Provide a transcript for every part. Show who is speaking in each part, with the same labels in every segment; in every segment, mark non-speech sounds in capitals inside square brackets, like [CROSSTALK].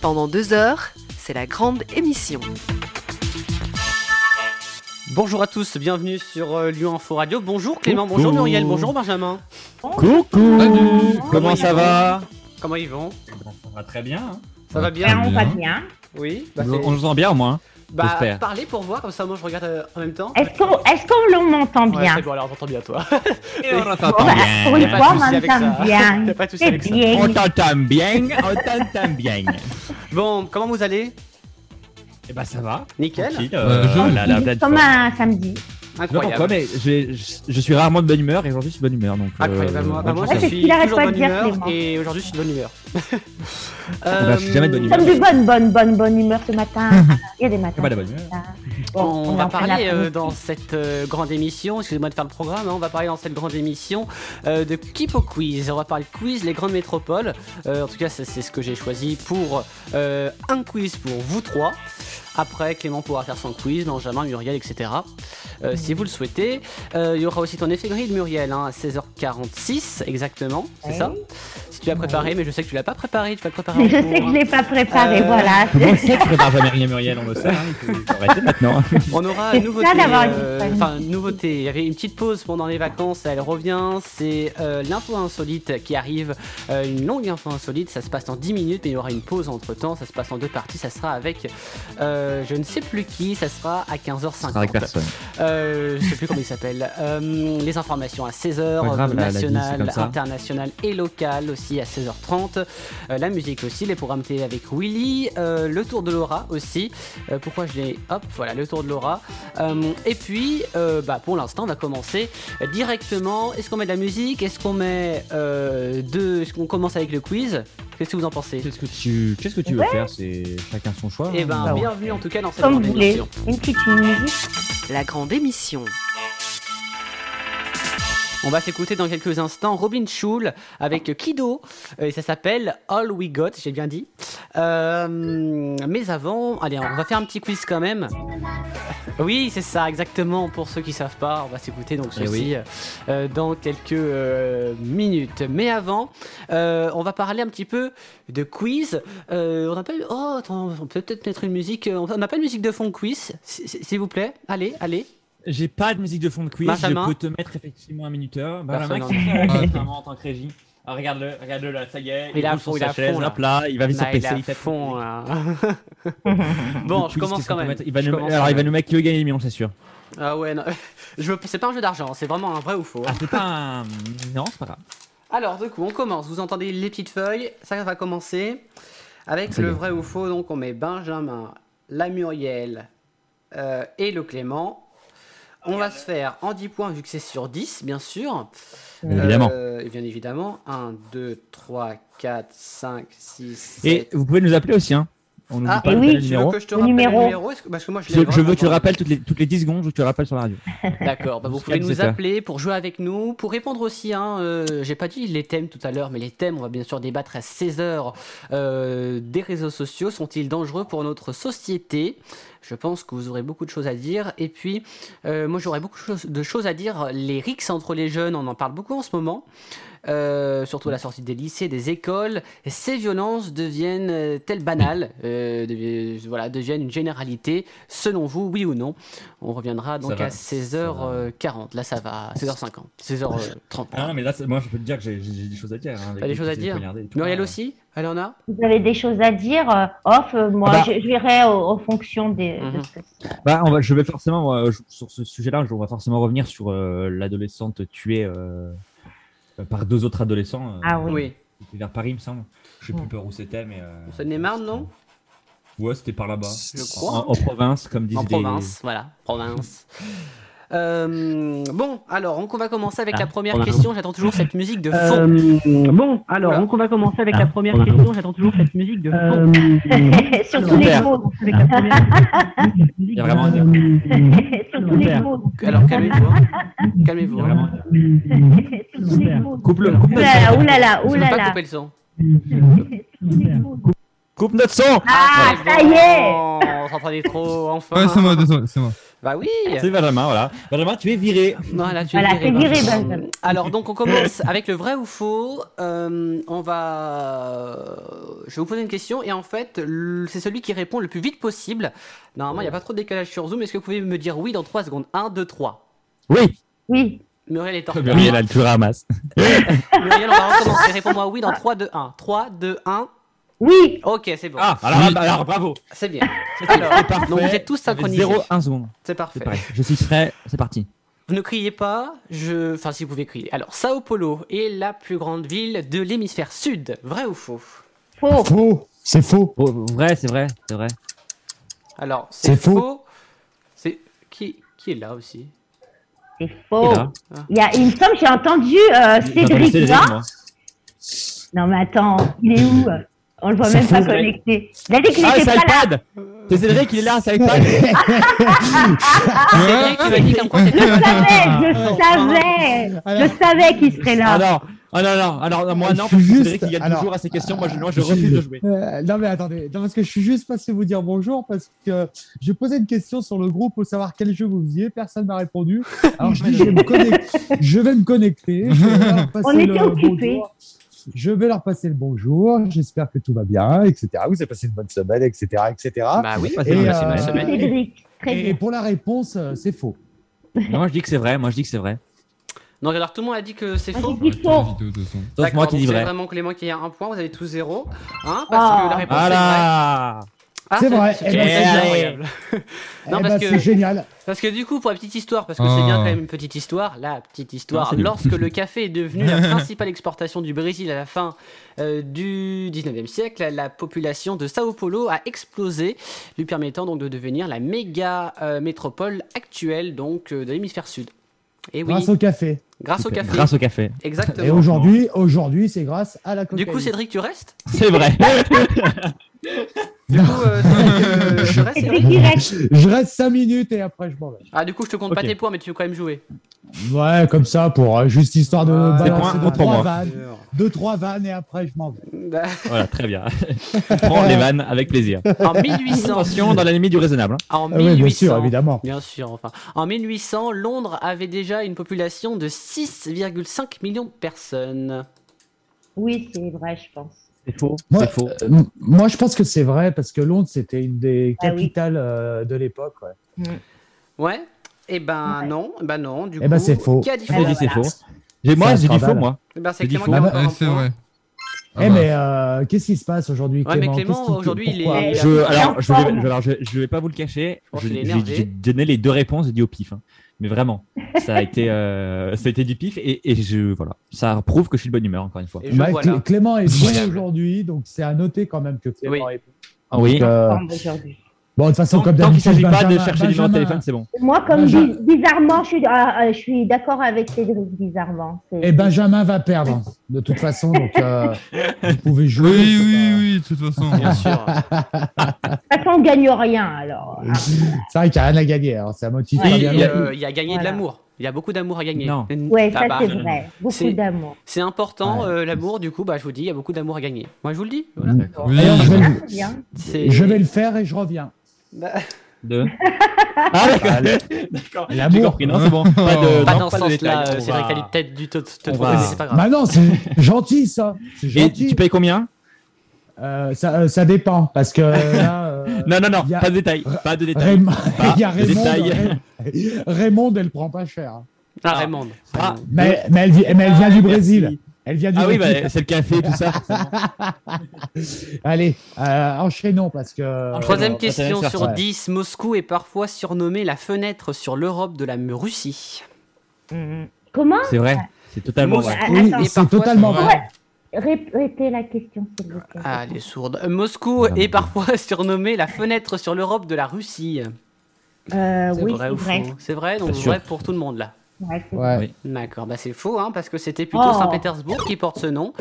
Speaker 1: Pendant deux heures, c'est la grande émission.
Speaker 2: Bonjour à tous, bienvenue sur euh, Lyon Info Radio. Bonjour Clément, bonjour Muriel, bonjour Benjamin.
Speaker 3: Coucou Comment ça
Speaker 2: ils
Speaker 3: va
Speaker 2: Comment ils vont
Speaker 4: Ça va très bien. hein.
Speaker 2: Ça va bien
Speaker 5: Vraiment pas bien.
Speaker 2: Oui. Bah, c'est-
Speaker 3: On nous entend bien au moins. hein.
Speaker 2: bah,
Speaker 3: j'espère.
Speaker 2: parlez pour voir, comme ça moi je regarde euh, en même temps.
Speaker 5: Est-ce qu'on est-ce qu'on l'on m'entend
Speaker 2: Ouais,
Speaker 5: bien
Speaker 2: c'est bon, alors j'entends bien toi. [LAUGHS]
Speaker 3: On
Speaker 5: Bon,
Speaker 3: t'entend
Speaker 5: bah,
Speaker 3: bien.
Speaker 5: Pour
Speaker 2: y
Speaker 5: une
Speaker 2: a pas de
Speaker 5: fois, on
Speaker 2: souci avec ça.
Speaker 5: m'entend
Speaker 2: [LAUGHS] Y
Speaker 5: bien.
Speaker 2: a pas de souci
Speaker 5: C'est
Speaker 2: avec ça. Oh
Speaker 5: bien.
Speaker 3: On t'entend bien, on t'entend bien.
Speaker 2: Bon, comment vous allez
Speaker 3: [LAUGHS] Eh ben ça va.
Speaker 2: Nickel.
Speaker 3: Tranquille, euh,
Speaker 4: Euh,
Speaker 3: la- la pleine
Speaker 5: Comme
Speaker 3: forme.
Speaker 5: un samedi.
Speaker 3: Je sais pas pourquoi,
Speaker 2: Incroyable.
Speaker 3: mais j'ai- je je suis rarement de bonne humeur et aujourd'hui je suis de bonne humeur. Donc, euh,
Speaker 2: Incroyable. Bah, moi, bah, moi,
Speaker 3: bonne
Speaker 2: je
Speaker 3: chance.
Speaker 5: c'est
Speaker 2: suis
Speaker 5: qu'il arrête
Speaker 2: toujours de
Speaker 5: pas de
Speaker 2: bonne
Speaker 5: dire,
Speaker 2: humeur
Speaker 5: Clément.
Speaker 2: et aujourd'hui je suis de bonne
Speaker 3: [LAUGHS]
Speaker 2: humeur. Euh,
Speaker 3: bah, Eh je suis jamais de bonne
Speaker 5: Nous
Speaker 3: humeur.
Speaker 5: sommes de bonne, bonne, bonne, bonne humeur ce
Speaker 2: [LAUGHS]
Speaker 5: matin. Il y a des matins.
Speaker 3: Pas de bonne humeur.
Speaker 2: On, va
Speaker 5: en fait
Speaker 2: parler
Speaker 5: l'après-midi.
Speaker 2: euh, dans cette euh, grande émission, excusez-moi de faire le programme, hein, on va parler dans cette grande émission euh, de Kipo Quiz. On va parler quiz, les grandes métropoles. Euh, en tout cas, c'est c'est ce que j'ai choisi pour euh, un quiz pour vous trois. Après, Clément pourra faire son quiz, Benjamin, Muriel, etc. Euh, Si vous le souhaitez. Euh, il y aura aussi ton effet grid, Muriel, hein, à 16h46 exactement, c'est
Speaker 5: Ouais.
Speaker 2: ça Si tu l'as préparé, mais je sais que tu l'as pas préparé, tu vas le préparer
Speaker 5: Mais [LAUGHS] [LAUGHS] je sais que
Speaker 2: en cours, hein.
Speaker 5: je l'ai pas préparé,
Speaker 2: Euh, [LAUGHS]
Speaker 5: voilà.
Speaker 3: Comment on sait que tu prépares jamais rien, Muriel On le sait. hein, il faut- il faut arrêter maintenant.
Speaker 2: [LAUGHS] On aura
Speaker 5: C'est
Speaker 2: une nouveauté.
Speaker 5: ça d'avoir une
Speaker 2: euh,
Speaker 5: petite
Speaker 2: Enfin, une nouveauté. Il y avait une petite pause pendant les vacances, elle revient. C'est euh, l'info insolite qui arrive. Euh, une longue info insolite, ça se passe en 10 minutes, mais il y aura une pause entre temps. Ça se passe en deux parties. Ça sera avec euh, je ne sais plus qui, ça sera à 15h50.
Speaker 3: Avec personne.
Speaker 2: Euh, je sais plus comment il s'appelle. Euh, les informations à 16h,
Speaker 3: Pas grave,
Speaker 2: euh,
Speaker 3: la- la vie, c'est
Speaker 2: nationales,
Speaker 3: comme ça.
Speaker 2: internationales et locales aussi à 16h30. Euh, la musique aussi, les programmes télé avec Willy, euh, le tour de Laura aussi. Euh, pourquoi je l'ai Hop, voilà, le tour de Laura. Euh, et puis, euh, bah, pour l'instant, on va commencer directement. Est-ce qu'on met de la musique Est-ce qu'on met euh, de... Est-ce qu'on commence avec le quiz Qu'est-ce que vous en pensez
Speaker 3: Qu'est-ce que tu, qu'est-ce que tu veux faire C'est chacun son choix.
Speaker 2: Eh ben,
Speaker 3: hein.
Speaker 2: bienvenue en tout cas dans cette
Speaker 5: Comme
Speaker 2: grande
Speaker 5: vous voulez.
Speaker 2: émission.
Speaker 5: Une petite musique.
Speaker 1: La grande émission.
Speaker 2: On va s'écouter dans quelques instants Robin Schul avec Kido euh, et ça s'appelle All We Got, j'ai bien dit. Euh, mais avant, allez, on va faire un petit quiz quand même. Oui, c'est ça, exactement. Pour ceux qui savent pas, on va s'écouter donc
Speaker 3: Eh
Speaker 2: ceci
Speaker 3: oui.
Speaker 2: euh, dans quelques euh, minutes. Mais avant, euh, on va parler un petit peu de quiz. Euh, on n'a pas eu- Oh, attends, on peut peut-être mettre une musique. euh, On n'a pas de musique de fond quiz, s- s- s'il vous plaît. Allez, allez.
Speaker 3: J'ai pas de musique de fond de quiz.
Speaker 2: Benjamin.
Speaker 3: Je peux te mettre effectivement un minuteur.
Speaker 2: Personne
Speaker 3: Benjamin,
Speaker 2: en-
Speaker 3: qui fait vraiment en tant que régie. Ah, regarde-le, regarde-le là, ça y est.
Speaker 2: Il a
Speaker 3: roule
Speaker 2: fond,
Speaker 3: sur
Speaker 2: il
Speaker 3: sa
Speaker 2: a
Speaker 3: chaise,
Speaker 2: fond, là.
Speaker 3: hop là. Il va vite sur
Speaker 2: Là, Ah, il
Speaker 3: PC.
Speaker 2: est à
Speaker 3: il tape-
Speaker 2: fond, là. bon, je
Speaker 3: Quiz,
Speaker 2: commence
Speaker 3: qu'est-ce
Speaker 2: quand
Speaker 3: qu'on peut
Speaker 2: même.
Speaker 3: mettre Il va
Speaker 2: Je
Speaker 3: nous-
Speaker 2: commence
Speaker 3: Alors,
Speaker 2: quand
Speaker 3: il va
Speaker 2: même.
Speaker 3: nous mettre qui veut gagner le million, c'est sûr.
Speaker 2: Ah ouais, non. [LAUGHS] Je veux- C'est pas un jeu d'argent, c'est vraiment un vrai ou faux. hein.
Speaker 3: Ah, c'est pas un. Non, c'est pas grave.
Speaker 2: Alors, du coup, on commence. Vous entendez les petites feuilles. Ça va commencer avec
Speaker 3: Ça y
Speaker 2: le
Speaker 3: est.
Speaker 2: vrai ou faux. Donc, on met Benjamin, la Muriel euh, et le Clément. On va se faire en 10 points, vu que c'est sur 10, bien sûr.
Speaker 3: Évidemment.
Speaker 2: Euh, bien évidemment. 1, 2, 3, 4, 5, 6, 7.
Speaker 3: Et vous pouvez nous appeler aussi, hein. On n'oublie
Speaker 2: Ah,
Speaker 3: pas de
Speaker 5: oui,
Speaker 3: donner le
Speaker 2: tu veux
Speaker 3: numéro.
Speaker 2: que je te
Speaker 5: Le
Speaker 2: rappelle le
Speaker 5: numéro.
Speaker 2: numéro Est-ce que- Parce que moi, je
Speaker 3: Je,
Speaker 2: l'ai
Speaker 3: je veux que tu le
Speaker 2: vraiment.
Speaker 3: rappelles toutes les, toutes les 10 secondes, je veux que tu le rappelles sur la radio.
Speaker 2: [LAUGHS] D'accord, bah vous
Speaker 3: Jusqu'à
Speaker 2: pouvez nous
Speaker 3: 17.
Speaker 2: appeler pour jouer avec nous, pour répondre aussi, hein, euh, j'ai pas dit les thèmes tout à l'heure, mais les thèmes, on va bien sûr débattre à 16h des réseaux sociaux, sont-ils dangereux pour notre société Je pense que vous aurez beaucoup de choses à dire, et puis euh, moi j'aurais beaucoup de choses- de choses à dire, les rixes entre les jeunes, on en parle beaucoup en ce moment, euh, surtout à la sortie des lycées, des écoles, ces violences deviennent euh, telles banales, euh, devi- voilà, deviennent une généralité, selon vous, oui ou non On reviendra donc
Speaker 3: va,
Speaker 2: à
Speaker 3: ça
Speaker 2: 16h40, là ça va, 16h50, 16h30.
Speaker 4: Ah non, mais là, c'est- moi, je peux te dire que j'ai j'ai- j'ai des choses à dire. hein,
Speaker 2: T'as des
Speaker 4: les-
Speaker 2: choses à
Speaker 4: les
Speaker 2: dire
Speaker 4: poignardés et tout. Ah,
Speaker 2: Muriel
Speaker 3: euh
Speaker 2: aussi Elle en a
Speaker 5: Vous avez des choses à dire euh, off euh, Moi,
Speaker 3: Ah bah.
Speaker 5: je, je verrai au- en fonction des. de
Speaker 2: Mhm.
Speaker 5: ce que-
Speaker 3: Bah, on va, je vais forcément, moi, je- sur ce sujet-là, je- on va forcément revenir sur euh, l'adolescente tuée euh, par deux autres adolescents. euh,
Speaker 5: Ah oui. Mm.
Speaker 2: Oui.
Speaker 3: C'était vers Paris, il me semble. Je sais plus peur où c'était, mais. euh,
Speaker 2: Ça n'est marre, non
Speaker 3: Ouais, c'était par là-bas.
Speaker 2: Je
Speaker 3: En,
Speaker 2: crois.
Speaker 3: en province, comme disent
Speaker 2: En
Speaker 3: les-
Speaker 2: province, voilà, province. Euh, bon, alors, donc on va commencer avec
Speaker 3: Ah,
Speaker 2: la première
Speaker 3: province.
Speaker 2: question. J'attends toujours cette musique de fond.
Speaker 6: Euh, bon, alors,
Speaker 2: Voilà.
Speaker 6: donc on va commencer avec
Speaker 3: Ah,
Speaker 6: la première
Speaker 3: on va-
Speaker 6: question. J'attends toujours cette musique de fond.
Speaker 5: [LAUGHS] Surtout les
Speaker 3: Super.
Speaker 5: mots.
Speaker 6: Avec la
Speaker 5: [LAUGHS]
Speaker 6: première
Speaker 3: Il y a vraiment un-
Speaker 5: Surtout les
Speaker 3: Super.
Speaker 5: mots. [LAUGHS]
Speaker 2: Alors, calmez-vous. hein.
Speaker 3: il
Speaker 2: Calmez-vous.
Speaker 3: y a
Speaker 2: hein.
Speaker 3: vraiment-
Speaker 5: Surtout les mots.
Speaker 3: Coupe-le, coupe,
Speaker 5: Ouh
Speaker 3: notre-
Speaker 5: là là, ouh là là,
Speaker 2: Je
Speaker 5: ouh
Speaker 2: peux
Speaker 5: là
Speaker 2: pas
Speaker 5: là.
Speaker 2: couper le son.
Speaker 3: coupe notre son
Speaker 5: Ah,
Speaker 2: c'est
Speaker 5: ça
Speaker 2: bon.
Speaker 5: y est
Speaker 2: on s'entendait trop, enfin.
Speaker 7: Ouais, c'est moi, désolé, c'est moi.
Speaker 2: Bah oui
Speaker 3: C'est Benjamin, voilà. Benjamin, tu es viré.
Speaker 2: Voilà, tu es
Speaker 5: Voilà,
Speaker 2: viré,
Speaker 5: t'es viré,
Speaker 2: Benjamin.
Speaker 5: Benjamin.
Speaker 2: Alors, donc, on commence avec le vrai ou faux. Euh, on va. euh, Je vais vous poser une question, et en fait, l- c'est celui qui répond le plus vite possible. Normalement, il n'y a pas trop de décalage sur Zoom. Est-ce que vous pouvez me dire oui dans 3 secondes 1, 2, 3.
Speaker 3: Oui.
Speaker 5: Oui.
Speaker 2: Muriel est en
Speaker 3: Très
Speaker 2: retard.
Speaker 3: bien. Oui, là, tu le ramasses.
Speaker 2: Muriel, on va recommencer. Réponds-moi oui dans 3, 2, 1. 3, 2, 1.
Speaker 5: Oui.
Speaker 2: Ok, c'est bon.
Speaker 3: Ah, alors, alors, alors, bravo.
Speaker 2: C'est bien. [LAUGHS] Alors,
Speaker 3: parfait.
Speaker 2: donc, vous êtes tous synchronisés.
Speaker 3: 0, 1 seconde.
Speaker 2: C'est parfait.
Speaker 3: C'est pareil. Je suis prêt. C'est parti.
Speaker 2: Vous ne criez pas, je... Enfin, si vous pouvez crier. Alors, Sao Paulo est la plus grande ville de l'hémisphère sud. Vrai ou faux
Speaker 5: Faux.
Speaker 8: Faux. C'est faux.
Speaker 3: Oh, vrai, c'est vrai, c'est vrai.
Speaker 2: Alors,
Speaker 8: C'est
Speaker 2: c'est
Speaker 8: faux.
Speaker 2: faux. C'est... Qui... qui est là aussi
Speaker 5: C'est
Speaker 3: Il
Speaker 5: faux.
Speaker 3: est là.
Speaker 5: Il, y a, il me semble, j'ai entendu euh, Cédric
Speaker 3: Cédric,
Speaker 5: là.
Speaker 3: moi.
Speaker 5: Non, mais attends, il est où euh On le voit même pas
Speaker 3: faux, Cédric.
Speaker 5: connecté. Il a dit qu'il
Speaker 3: Ah,
Speaker 5: était
Speaker 3: c'est
Speaker 5: pas là.
Speaker 3: iPad C'est Cédric, il est là, c'est
Speaker 8: [LAUGHS]
Speaker 3: iPad Ah, Hein
Speaker 2: Cédric, tu m'as dit comme quoi
Speaker 5: Je
Speaker 2: t'étais-
Speaker 5: savais, je savais, je savais qu'il serait
Speaker 3: Ah
Speaker 5: là.
Speaker 3: non, ah non, non, alors moi
Speaker 8: Je
Speaker 3: non,
Speaker 8: suis
Speaker 3: parce que
Speaker 8: juste-
Speaker 3: Cédric il gagne
Speaker 8: alors-
Speaker 3: toujours à ces questions, moi je, moi, je refuse de jouer.
Speaker 8: Euh, non mais attendez, non, parce que je suis juste passé vous dire bonjour parce que j'ai posé une question sur le groupe pour savoir quel jeu vous faisiez, personne m'a répondu. Alors je dis je vais me connecter, je vais me connecter, je vais leur passer
Speaker 5: On était
Speaker 8: le
Speaker 5: occupés.
Speaker 8: bonjour. Je vais leur passer le bonjour, j'espère que tout va bien, etc. Vous avez passé une bonne semaine, etc. etc.
Speaker 2: Bah oui,
Speaker 3: Pas
Speaker 8: Et,
Speaker 3: Cédric,
Speaker 8: euh,
Speaker 3: c'est Cédric.
Speaker 8: semaine.
Speaker 5: Cédric, très
Speaker 8: Et
Speaker 5: bien.
Speaker 8: pour la réponse, euh, c'est faux.
Speaker 3: Non, Moi je dis que c'est vrai, moi je dis que c'est vrai.
Speaker 2: Donc, alors, tout le monde a dit que c'est
Speaker 5: Moi,
Speaker 2: faux.
Speaker 5: j'ai dit faux.
Speaker 7: Vidéo, de toute façon.
Speaker 3: Sauf moi
Speaker 2: D'accord,
Speaker 3: qui
Speaker 2: donc
Speaker 3: dis
Speaker 2: c'est
Speaker 3: vrai.
Speaker 2: vraiment Clément qui a un point, vous avez tous zéro. Hein, parce que
Speaker 5: Ah.
Speaker 2: la réponse
Speaker 3: Voilà
Speaker 2: est vraie. Ah,
Speaker 8: C'est vrai.
Speaker 2: c'est-
Speaker 8: Eh
Speaker 2: c'est
Speaker 3: ben, c'est
Speaker 2: incroyable. [LAUGHS]
Speaker 8: Eh
Speaker 2: Non, parce
Speaker 8: ben,
Speaker 2: que-
Speaker 8: C'est génial.
Speaker 2: Parce que du coup, pour la petite histoire, parce que
Speaker 7: Ah.
Speaker 2: c'est bien quand même une petite histoire, la petite histoire,
Speaker 3: Non, c'est
Speaker 2: lorsque le café est devenu la principale exportation du Brésil à la fin euh, du 19e siècle, la population de Sao Paulo a explosé, lui permettant donc de devenir la méga euh, métropole actuelle donc euh, de l'hémisphère sud. Et oui,
Speaker 8: Grâce au café.
Speaker 2: grâce au café.
Speaker 3: Grâce au café.
Speaker 8: Et
Speaker 2: Exactement.
Speaker 8: aujourd'hui, aujourd'hui, c'est grâce à la
Speaker 2: Du
Speaker 8: cocaïne.
Speaker 2: coup, Cédric, tu restes
Speaker 3: C'est vrai.
Speaker 2: Du coup, euh, Cédric, euh, tu restes,
Speaker 5: Et
Speaker 2: Cédric
Speaker 5: c'est qui reste
Speaker 8: Je reste 5 minutes et après je m'en vais.
Speaker 2: Ah, du coup, je te compte pas
Speaker 3: Ok.
Speaker 2: tes points, mais tu veux quand même jouer.
Speaker 8: Ouais, comme ça, pour euh, juste histoire de
Speaker 2: Ah,
Speaker 8: balancer
Speaker 3: des points
Speaker 8: deux,
Speaker 3: pour moi.
Speaker 8: trois vannes, deux, trois vannes et après je m'en vais.
Speaker 2: Bah,
Speaker 3: [LAUGHS] voilà, très bien. [LAUGHS] On prend les vannes avec plaisir.
Speaker 2: en 1800.
Speaker 3: Attention dans la limite du raisonnable. hein.
Speaker 2: En
Speaker 8: Ah ouais,
Speaker 2: 1800.
Speaker 8: bien sûr, évidemment.
Speaker 2: Bien sûr, enfin. En 1800, Londres avait déjà une population de 6,5 millions de personnes.
Speaker 5: Oui, c'est vrai, je pense.
Speaker 3: C'est faux.
Speaker 8: Moi,
Speaker 3: C'est faux.
Speaker 8: euh, m- moi, je pense que c'est vrai parce que Londres, c'était une des
Speaker 5: Ah oui.
Speaker 8: capitales euh, de l'époque. ouais.
Speaker 2: Ouais Eh ben
Speaker 5: Ouais.
Speaker 2: non, eh ben non, du
Speaker 8: Eh
Speaker 2: coup.
Speaker 8: ben, c'est faux.
Speaker 2: Qui a dit
Speaker 3: J'ai
Speaker 2: faux
Speaker 3: dit c'est
Speaker 5: voilà.
Speaker 3: faux. J'ai- Moi
Speaker 8: C'est un
Speaker 3: j'ai dit faux
Speaker 8: scandale.
Speaker 3: moi.
Speaker 2: Eh ben, c'est
Speaker 3: J'ai dit faux.
Speaker 2: Clément qui a
Speaker 8: Ah,
Speaker 2: encore un
Speaker 7: Ouais, c'est
Speaker 2: point.
Speaker 7: vrai.
Speaker 8: Eh,
Speaker 7: Ah bah.
Speaker 8: mais euh, qu'est-ce qui se passe aujourd'hui,
Speaker 2: Ouais, mais
Speaker 8: Clément
Speaker 2: Clément,
Speaker 8: Qu'est-ce qui-
Speaker 2: aujourd'hui, il est-
Speaker 8: pourquoi
Speaker 2: il a-
Speaker 3: Je, alors,
Speaker 5: bien
Speaker 3: je, vais,
Speaker 5: forme.
Speaker 3: je- alors je, je vais pas vous le cacher.
Speaker 2: pense
Speaker 3: je-
Speaker 2: qu'il est
Speaker 3: J'ai
Speaker 2: énervé.
Speaker 3: j'ai donné les deux réponses, j'ai dit au pif. hein. Mais vraiment, ça a été, euh, ça a été du pif et, et je, voilà, ça prouve que je suis de bonne humeur encore une fois.
Speaker 2: Et je
Speaker 8: Bah,
Speaker 2: vois
Speaker 8: Clé-
Speaker 2: là.
Speaker 8: Clément est bon
Speaker 7: Incroyable.
Speaker 8: aujourd'hui, donc c'est à noter quand même que Clément
Speaker 2: Oui.
Speaker 8: est bon.
Speaker 3: Ah oui.
Speaker 8: Donc, euh,
Speaker 5: Forme aujourd'hui.
Speaker 8: bon, de toute façon,
Speaker 3: Tant,
Speaker 8: comme
Speaker 3: tant qu'il
Speaker 8: d'habitude,
Speaker 3: s'agit pas de
Speaker 8: Benjamin-
Speaker 3: chercher le numéro de
Speaker 8: Benjamin- hein.
Speaker 3: téléphone, c'est bon.
Speaker 5: Moi, comme
Speaker 8: Benjamin.
Speaker 5: bi- bizarrement, je suis, ah, ah, je suis d'accord avec Cédric, bizarrement. C'est-
Speaker 8: Et Benjamin va perdre, hein, de toute façon, donc euh, vous pouvez jouer.
Speaker 7: Oui,
Speaker 8: c'est
Speaker 7: oui,
Speaker 8: pas-
Speaker 7: oui, de toute façon.
Speaker 2: Bien sûr.
Speaker 8: Ah,
Speaker 5: De toute façon, on gagne rien, alors. Ah,
Speaker 8: C'est vrai qu'il n'y a rien à gagner, hein, alors ça motive
Speaker 2: Et,
Speaker 8: pas bien.
Speaker 2: euh, Il y a gagné de
Speaker 5: Voilà.
Speaker 2: l'amour. Il y a beaucoup d'amour à gagner.
Speaker 3: Non.
Speaker 5: Ouais,
Speaker 2: Ah
Speaker 5: ça,
Speaker 2: bah,
Speaker 5: c'est vrai. Beaucoup
Speaker 2: C'est-
Speaker 5: d'amour.
Speaker 2: C'est important,
Speaker 8: Ouais.
Speaker 2: euh, l'amour, du coup, bah, je vous dis, il y a beaucoup d'amour à gagner. Moi, je vous le dis. voilà.
Speaker 7: Oui.
Speaker 8: Alors, je, vais
Speaker 5: Ah,
Speaker 8: le,
Speaker 5: c'est bien.
Speaker 2: C'est-
Speaker 8: je vais le faire et je reviens.
Speaker 2: Bah,
Speaker 8: [LAUGHS]
Speaker 3: Deux. Ah d'accord. D'accord.
Speaker 8: L'amour.
Speaker 3: J'ai compris, Non,
Speaker 7: [LAUGHS]
Speaker 3: c'est bon. Pas de,
Speaker 2: pas
Speaker 3: non,
Speaker 2: dans ce
Speaker 3: de
Speaker 2: sens-là,
Speaker 3: détails.
Speaker 2: euh,
Speaker 3: On
Speaker 2: Cédric,
Speaker 3: va-
Speaker 2: elle est peut-être du te, te
Speaker 3: On
Speaker 2: tromper,
Speaker 3: va-
Speaker 2: mais c'est pas grave.
Speaker 8: Bah non, c'est [LAUGHS] gentil ça. C'est
Speaker 3: Ah. Et
Speaker 8: gentil.
Speaker 3: tu payes combien
Speaker 8: Euh, ça, euh, ça dépend parce que là, euh,
Speaker 3: [LAUGHS] Non, non, non.
Speaker 8: Il y a-
Speaker 3: Pas de détails. Pas de détails.
Speaker 8: Raymond,
Speaker 3: Pas
Speaker 8: [LAUGHS] il y a
Speaker 3: de
Speaker 8: Raymond.
Speaker 3: détails.
Speaker 8: Ray- Raymond, elle prend pas cher. hein.
Speaker 2: Ah, Raymond.
Speaker 3: Ah,
Speaker 8: Mais, mais, elle, vi- mais elle vient du Brésil.
Speaker 3: merci.
Speaker 8: Elle vient du
Speaker 3: Ah oui,
Speaker 8: Brésil.
Speaker 3: bah, c'est le café, tout
Speaker 8: [LAUGHS]
Speaker 3: ça.
Speaker 8: Allez, euh, enchaînons parce que.
Speaker 2: Troisième
Speaker 3: Alors,
Speaker 2: question
Speaker 3: intéressant,
Speaker 2: sur
Speaker 8: ouais.
Speaker 2: 10. Moscou est parfois surnommée la fenêtre sur l'Europe de la Russie.
Speaker 5: Mhm. Comment
Speaker 3: C'est vrai. C'est totalement vrai.
Speaker 5: Ah,
Speaker 8: Oui,
Speaker 5: attends,
Speaker 2: Et
Speaker 8: c'est
Speaker 2: parfois,
Speaker 8: totalement
Speaker 7: c'est
Speaker 8: vrai.
Speaker 7: vrai.
Speaker 5: répétez la question, s'il vous plaît.
Speaker 2: Ah, elle est sourde. Euh, Moscou est parfois [LAUGHS] surnommée la fenêtre sur l'Europe de la Russie.
Speaker 5: Euh,
Speaker 2: C'est
Speaker 5: oui,
Speaker 2: vrai
Speaker 5: c'est
Speaker 2: ou
Speaker 5: vrai.
Speaker 2: faux C'est vrai, donc
Speaker 3: Pas sûr.
Speaker 2: vrai pour tout le monde là.
Speaker 5: Ouais, c'est-
Speaker 7: Ouais.
Speaker 4: Oui.
Speaker 2: D'accord, bah c'est faux, hein, parce que c'était plutôt
Speaker 5: Oh.
Speaker 2: Saint-Pétersbourg qui porte ce nom,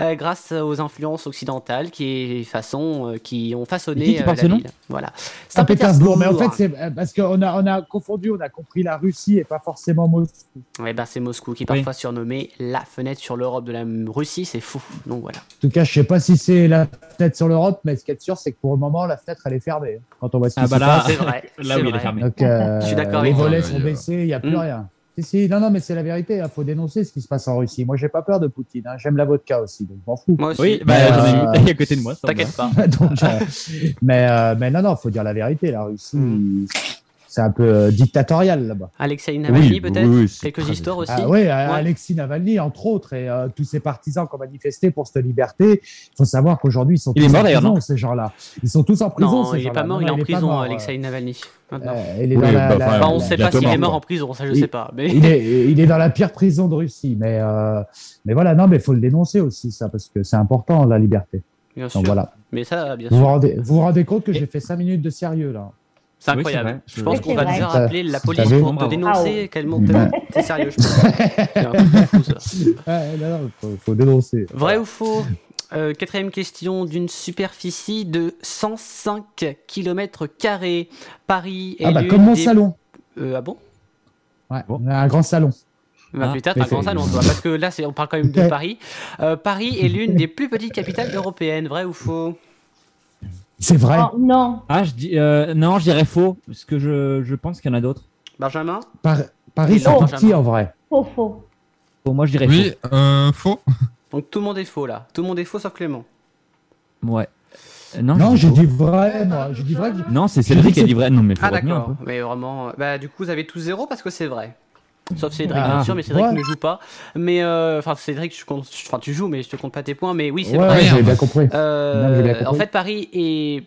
Speaker 2: euh, grâce aux influences occidentales qui, façon, euh, qui ont
Speaker 7: Et qui
Speaker 2: façonné
Speaker 7: qui
Speaker 2: euh,
Speaker 7: porte
Speaker 2: la
Speaker 7: ce nom
Speaker 2: ville. Voilà.
Speaker 8: Saint-Pétersbourg, mais en fait, c'est euh, parce qu'on a, on a confondu, on a compris la Russie et pas forcément Moscou.
Speaker 2: Ouais, bah, c'est Moscou qui est parfois surnommé la fenêtre sur l'Europe de la Russie, c'est fou. Donc voilà.
Speaker 8: En tout cas, je sais pas si c'est la fenêtre sur l'Europe, mais ce qui est sûr, c'est que pour le moment, la fenêtre, elle est fermée. hein, Quand on voit ce qui
Speaker 3: Ah,
Speaker 8: se
Speaker 3: bah [LAUGHS] là,
Speaker 8: passe.
Speaker 2: C'est vrai.
Speaker 4: Là
Speaker 2: c'est
Speaker 4: où il est
Speaker 2: vrai.
Speaker 4: fermé.
Speaker 8: Donc, euh,
Speaker 2: Je suis d'accord
Speaker 8: les
Speaker 2: avec
Speaker 8: volets
Speaker 7: toi.
Speaker 8: sont baissés, il n'y a plus
Speaker 2: Mm.
Speaker 8: rien. Si, si, non, non, mais c'est la vérité. Il faut dénoncer ce qui se passe en Russie. Moi, j'ai pas peur de Poutine. hein, J'aime la vodka aussi, donc je m'en fous.
Speaker 2: Moi aussi.
Speaker 3: Oui, bah, j'en ai
Speaker 8: Euh,
Speaker 3: une [LAUGHS] bouteille à côté de moi. ça
Speaker 2: T'inquiète pas.
Speaker 8: [LAUGHS] Donc, euh, mais, euh, mais non, non, faut dire la vérité. La Russie,
Speaker 2: Mm.
Speaker 8: c'est un peu euh, dictatorial là-bas.
Speaker 2: Alexei
Speaker 3: va.
Speaker 2: Navalny, peut-être Quelques
Speaker 3: très-
Speaker 2: histoires aussi
Speaker 8: Ah, oui, euh,
Speaker 2: Ouais.
Speaker 8: Alexis Navalny, entre autres, et euh, tous ses partisans qui ont manifesté pour cette liberté. Il faut savoir qu'aujourd'hui, ils sont
Speaker 3: Il
Speaker 8: tous
Speaker 3: est mort,
Speaker 8: en
Speaker 3: d'ailleurs,
Speaker 8: prison, ces gens-là. Ils sont tous en prison.
Speaker 2: Non,
Speaker 8: ces
Speaker 2: il n'est
Speaker 8: gens-là.
Speaker 2: pas mort,
Speaker 8: Non,
Speaker 2: il est en
Speaker 8: non,
Speaker 2: prison,
Speaker 8: mort,
Speaker 2: Alexei Navalny. maintenant.
Speaker 8: euh, il est
Speaker 7: Oui,
Speaker 8: dans la-
Speaker 7: bah,
Speaker 8: la-
Speaker 7: enfin,
Speaker 2: Enfin, on ne
Speaker 7: il
Speaker 2: sait
Speaker 7: est
Speaker 2: pas s'il est
Speaker 7: mort,
Speaker 2: mort
Speaker 7: quoi.
Speaker 2: en prison, ça je
Speaker 8: Il-
Speaker 2: sais pas. Mais...
Speaker 8: il est, il est dans la pire prison de Russie, mais euh, mais voilà, non, mais faut le dénoncer aussi ça parce que c'est important la liberté.
Speaker 2: Bien sûr.
Speaker 8: Donc voilà.
Speaker 2: Mais ça, bien
Speaker 8: Vous vous
Speaker 2: sûr.
Speaker 8: rendez, vous vous rendez compte que
Speaker 2: Et-
Speaker 8: j'ai fait 5 minutes de sérieux là.
Speaker 2: C'est
Speaker 4: Oui,
Speaker 2: incroyable.
Speaker 4: c'est vrai,
Speaker 2: je...
Speaker 4: je-
Speaker 2: pense
Speaker 5: Oui,
Speaker 2: qu'on
Speaker 5: c'est
Speaker 2: va
Speaker 5: vrai.
Speaker 2: déjà
Speaker 8: Ça-
Speaker 2: appeler la
Speaker 8: ça
Speaker 2: police
Speaker 8: fait-
Speaker 2: pour te
Speaker 4: Bravo.
Speaker 2: dénoncer. Quel monde
Speaker 8: Bah.
Speaker 2: T'es sérieux,
Speaker 8: [LAUGHS]
Speaker 2: je pense. C'est un truc de fou, ça.
Speaker 8: Ouais, non, non, faut, faut dénoncer.
Speaker 2: Vrai ou faux Euh, Quatrième question d'une superficie de 105 km. Paris est
Speaker 8: Ah bah
Speaker 2: l'une
Speaker 8: comme mon
Speaker 2: des-
Speaker 8: salon.
Speaker 2: Euh, ah bon
Speaker 8: Ouais,
Speaker 3: Bon.
Speaker 8: on a un grand salon.
Speaker 2: bah,
Speaker 3: Ah,
Speaker 2: Plus tard,
Speaker 8: mais
Speaker 2: t'as grand
Speaker 8: c'est-
Speaker 2: salon, toi, parce que là, c'est- on parle quand
Speaker 8: [LAUGHS]
Speaker 2: même de Paris. Euh, Paris est l'une des plus petites capitales européennes. Vrai ou faux
Speaker 8: C'est vrai.
Speaker 5: Oh, non,
Speaker 3: Ah, je dis, euh, non, je dirais faux, parce que je, je pense qu'il y en a d'autres.
Speaker 2: Benjamin
Speaker 8: Par- Paris, c'est
Speaker 2: Non,
Speaker 8: tout petit
Speaker 2: jamais.
Speaker 8: en vrai.
Speaker 5: faux, faux.
Speaker 3: Pour moi, je dirais
Speaker 7: Oui, euh, faux.
Speaker 2: Donc tout le monde est faux là. Tout le monde est faux sauf Clément.
Speaker 3: faux. Ouais. Euh, Non,
Speaker 8: Non,
Speaker 3: je
Speaker 8: j'ai
Speaker 3: dis
Speaker 8: dit vrai, moi. J'ai dit vrai. que-
Speaker 3: faux. Non, c'est Cédric qui a dit vrai. Non, mais faut
Speaker 2: Ah
Speaker 3: retenir un
Speaker 2: d'accord. Mais vraiment, euh, bah du coup vous avez tous zéro parce que c'est vrai. Sauf Cédric,
Speaker 8: Ah,
Speaker 2: bien sûr, mais Cédric
Speaker 8: ouais.
Speaker 2: ne joue pas. Mais euh, enfin Cédric, je compte, enfin tu joues, mais je te compte pas tes points. Mais oui, c'est
Speaker 8: Ouais,
Speaker 2: vrai.
Speaker 8: ouais, j'ai
Speaker 7: Merde.
Speaker 8: bien compris.
Speaker 2: Euh,
Speaker 8: Non, j'ai bien compris.
Speaker 2: en fait, Paris est,